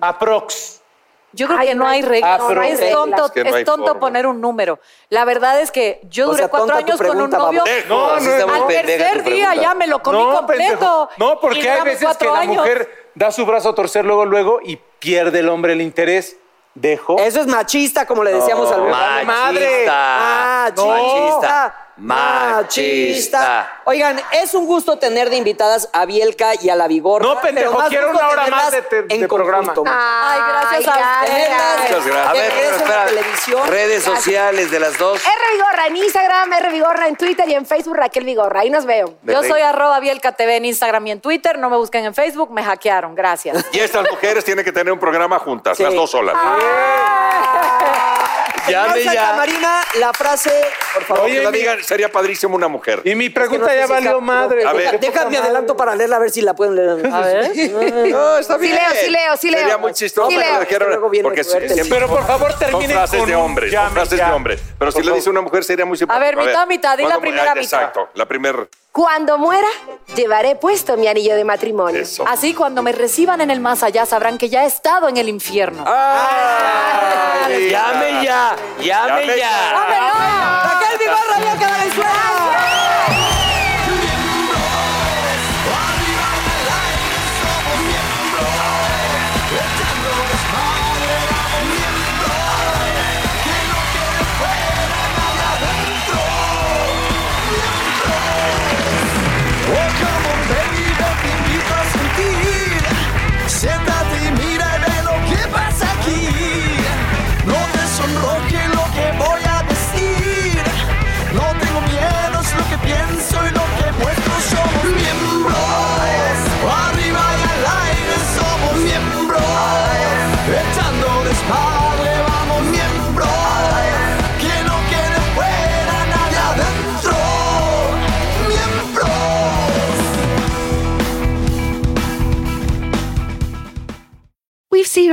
S5: Aprox.
S7: Yo creo
S8: Ay,
S7: que no
S8: no hay
S7: hay regla.
S5: reglas, no hay
S7: es
S5: reglas.
S7: tonto,
S11: Es que no
S7: es
S11: hay
S7: tonto
S11: forma.
S7: poner un número. La verdad es que yo
S4: O
S7: duré
S4: sea,
S7: cuatro
S4: tonta tu
S7: años con un
S4: pregunta,
S7: novio.
S5: Eh,
S4: babote.
S11: No,
S2: No, sí está muy
S7: Al
S2: pendeja
S7: tercer
S2: tu
S7: día
S2: pregunta.
S7: ya me lo comí completo.
S5: pendejo. No,
S7: Y
S5: porque hay
S7: duramos
S5: veces que
S7: cuatro
S5: la
S7: años.
S5: mujer da su brazo a torcer luego, luego y pierde el hombre el interés. Dejo.
S2: Oh.
S4: Eso es machista, como le decíamos al
S5: Vale madre.
S2: Machista.
S4: Machista.
S2: Ah, Machista. Machista.
S4: Oigan, es un gusto tener de invitadas a Bielka y a la Vigor.
S5: No, pendejo, quiero una hora más de te- de programa.
S7: Ay, gracias a ustedes.
S2: Muchas gracias. A ver, pero espera.
S4: televisión.
S2: Redes sociales de las dos.
S8: R Vigorra en Instagram, R Vigorra en Twitter y en Facebook Raquel Vigorra. Ahí nos veo.
S7: Yo soy arroba Bielka TV en Instagram y en Twitter. No me busquen en Facebook, me hackearon. Gracias.
S3: [LAUGHS]
S11: Y estas mujeres tienen que tener un programa juntas, las dos solas.
S5: Ah.
S4: Llame ya. Marina, la frase, por favor.
S11: Oye,
S4: que la diga.
S11: amiga, sería padrísimo una mujer.
S5: Y mi pregunta
S4: Es que no sé
S5: ya
S4: si
S5: valió
S4: está-
S5: madre.
S11: A
S5: güey.
S11: ver.
S5: Qué poca
S4: Déjame
S5: madre.
S4: adelanto para leerla, a ver si la pueden leer. [LAUGHS]
S7: A ver.
S11: No, está
S8: Sí leo, sí leo, sí leo.
S11: Sería muy chistoso
S8: Sí
S11: que
S8: leo.
S11: lo dijeran,
S4: Es que luego viene
S11: porque
S4: fuerte,
S11: si- siempre
S5: Pero por favor,
S11: son
S5: terminen
S11: frases
S5: con
S11: de
S5: un
S11: hombres, son
S5: llame
S11: frases
S5: ya.
S11: de hombres. Pero si
S5: Por
S11: lo dice
S5: favor.
S11: una mujer sería muy
S7: A
S11: simpático.
S7: ver, mitad, mitad, di la
S11: cuando-
S7: primera
S11: ah,
S7: mitad.
S11: Exacto, la primera.
S8: Cuando muera, llevaré puesto mi anillo de matrimonio.
S11: Eso.
S5: Ah,
S7: Así cuando me reciban en el más allá sabrán que ya he estado en el infierno.
S11: Ay,
S2: Llame ya. Llame
S11: Llame
S2: ya.
S11: ya.
S4: Raquel Vigorra, Bielka Valenzuela.
S3: Oh, come on, baby, yo te invito a sentir. Siéntate y mira y ve lo que pasa aquí. No te sonroje lo que voy a decir. No tengo miedo, es lo que pienso y lo que muestro. Somos miembros, arriba y al aire somos miembros. Echando desmadre, vamos miembros. Que no quede fuera nadie adentro. Miembros.
S13: We've seen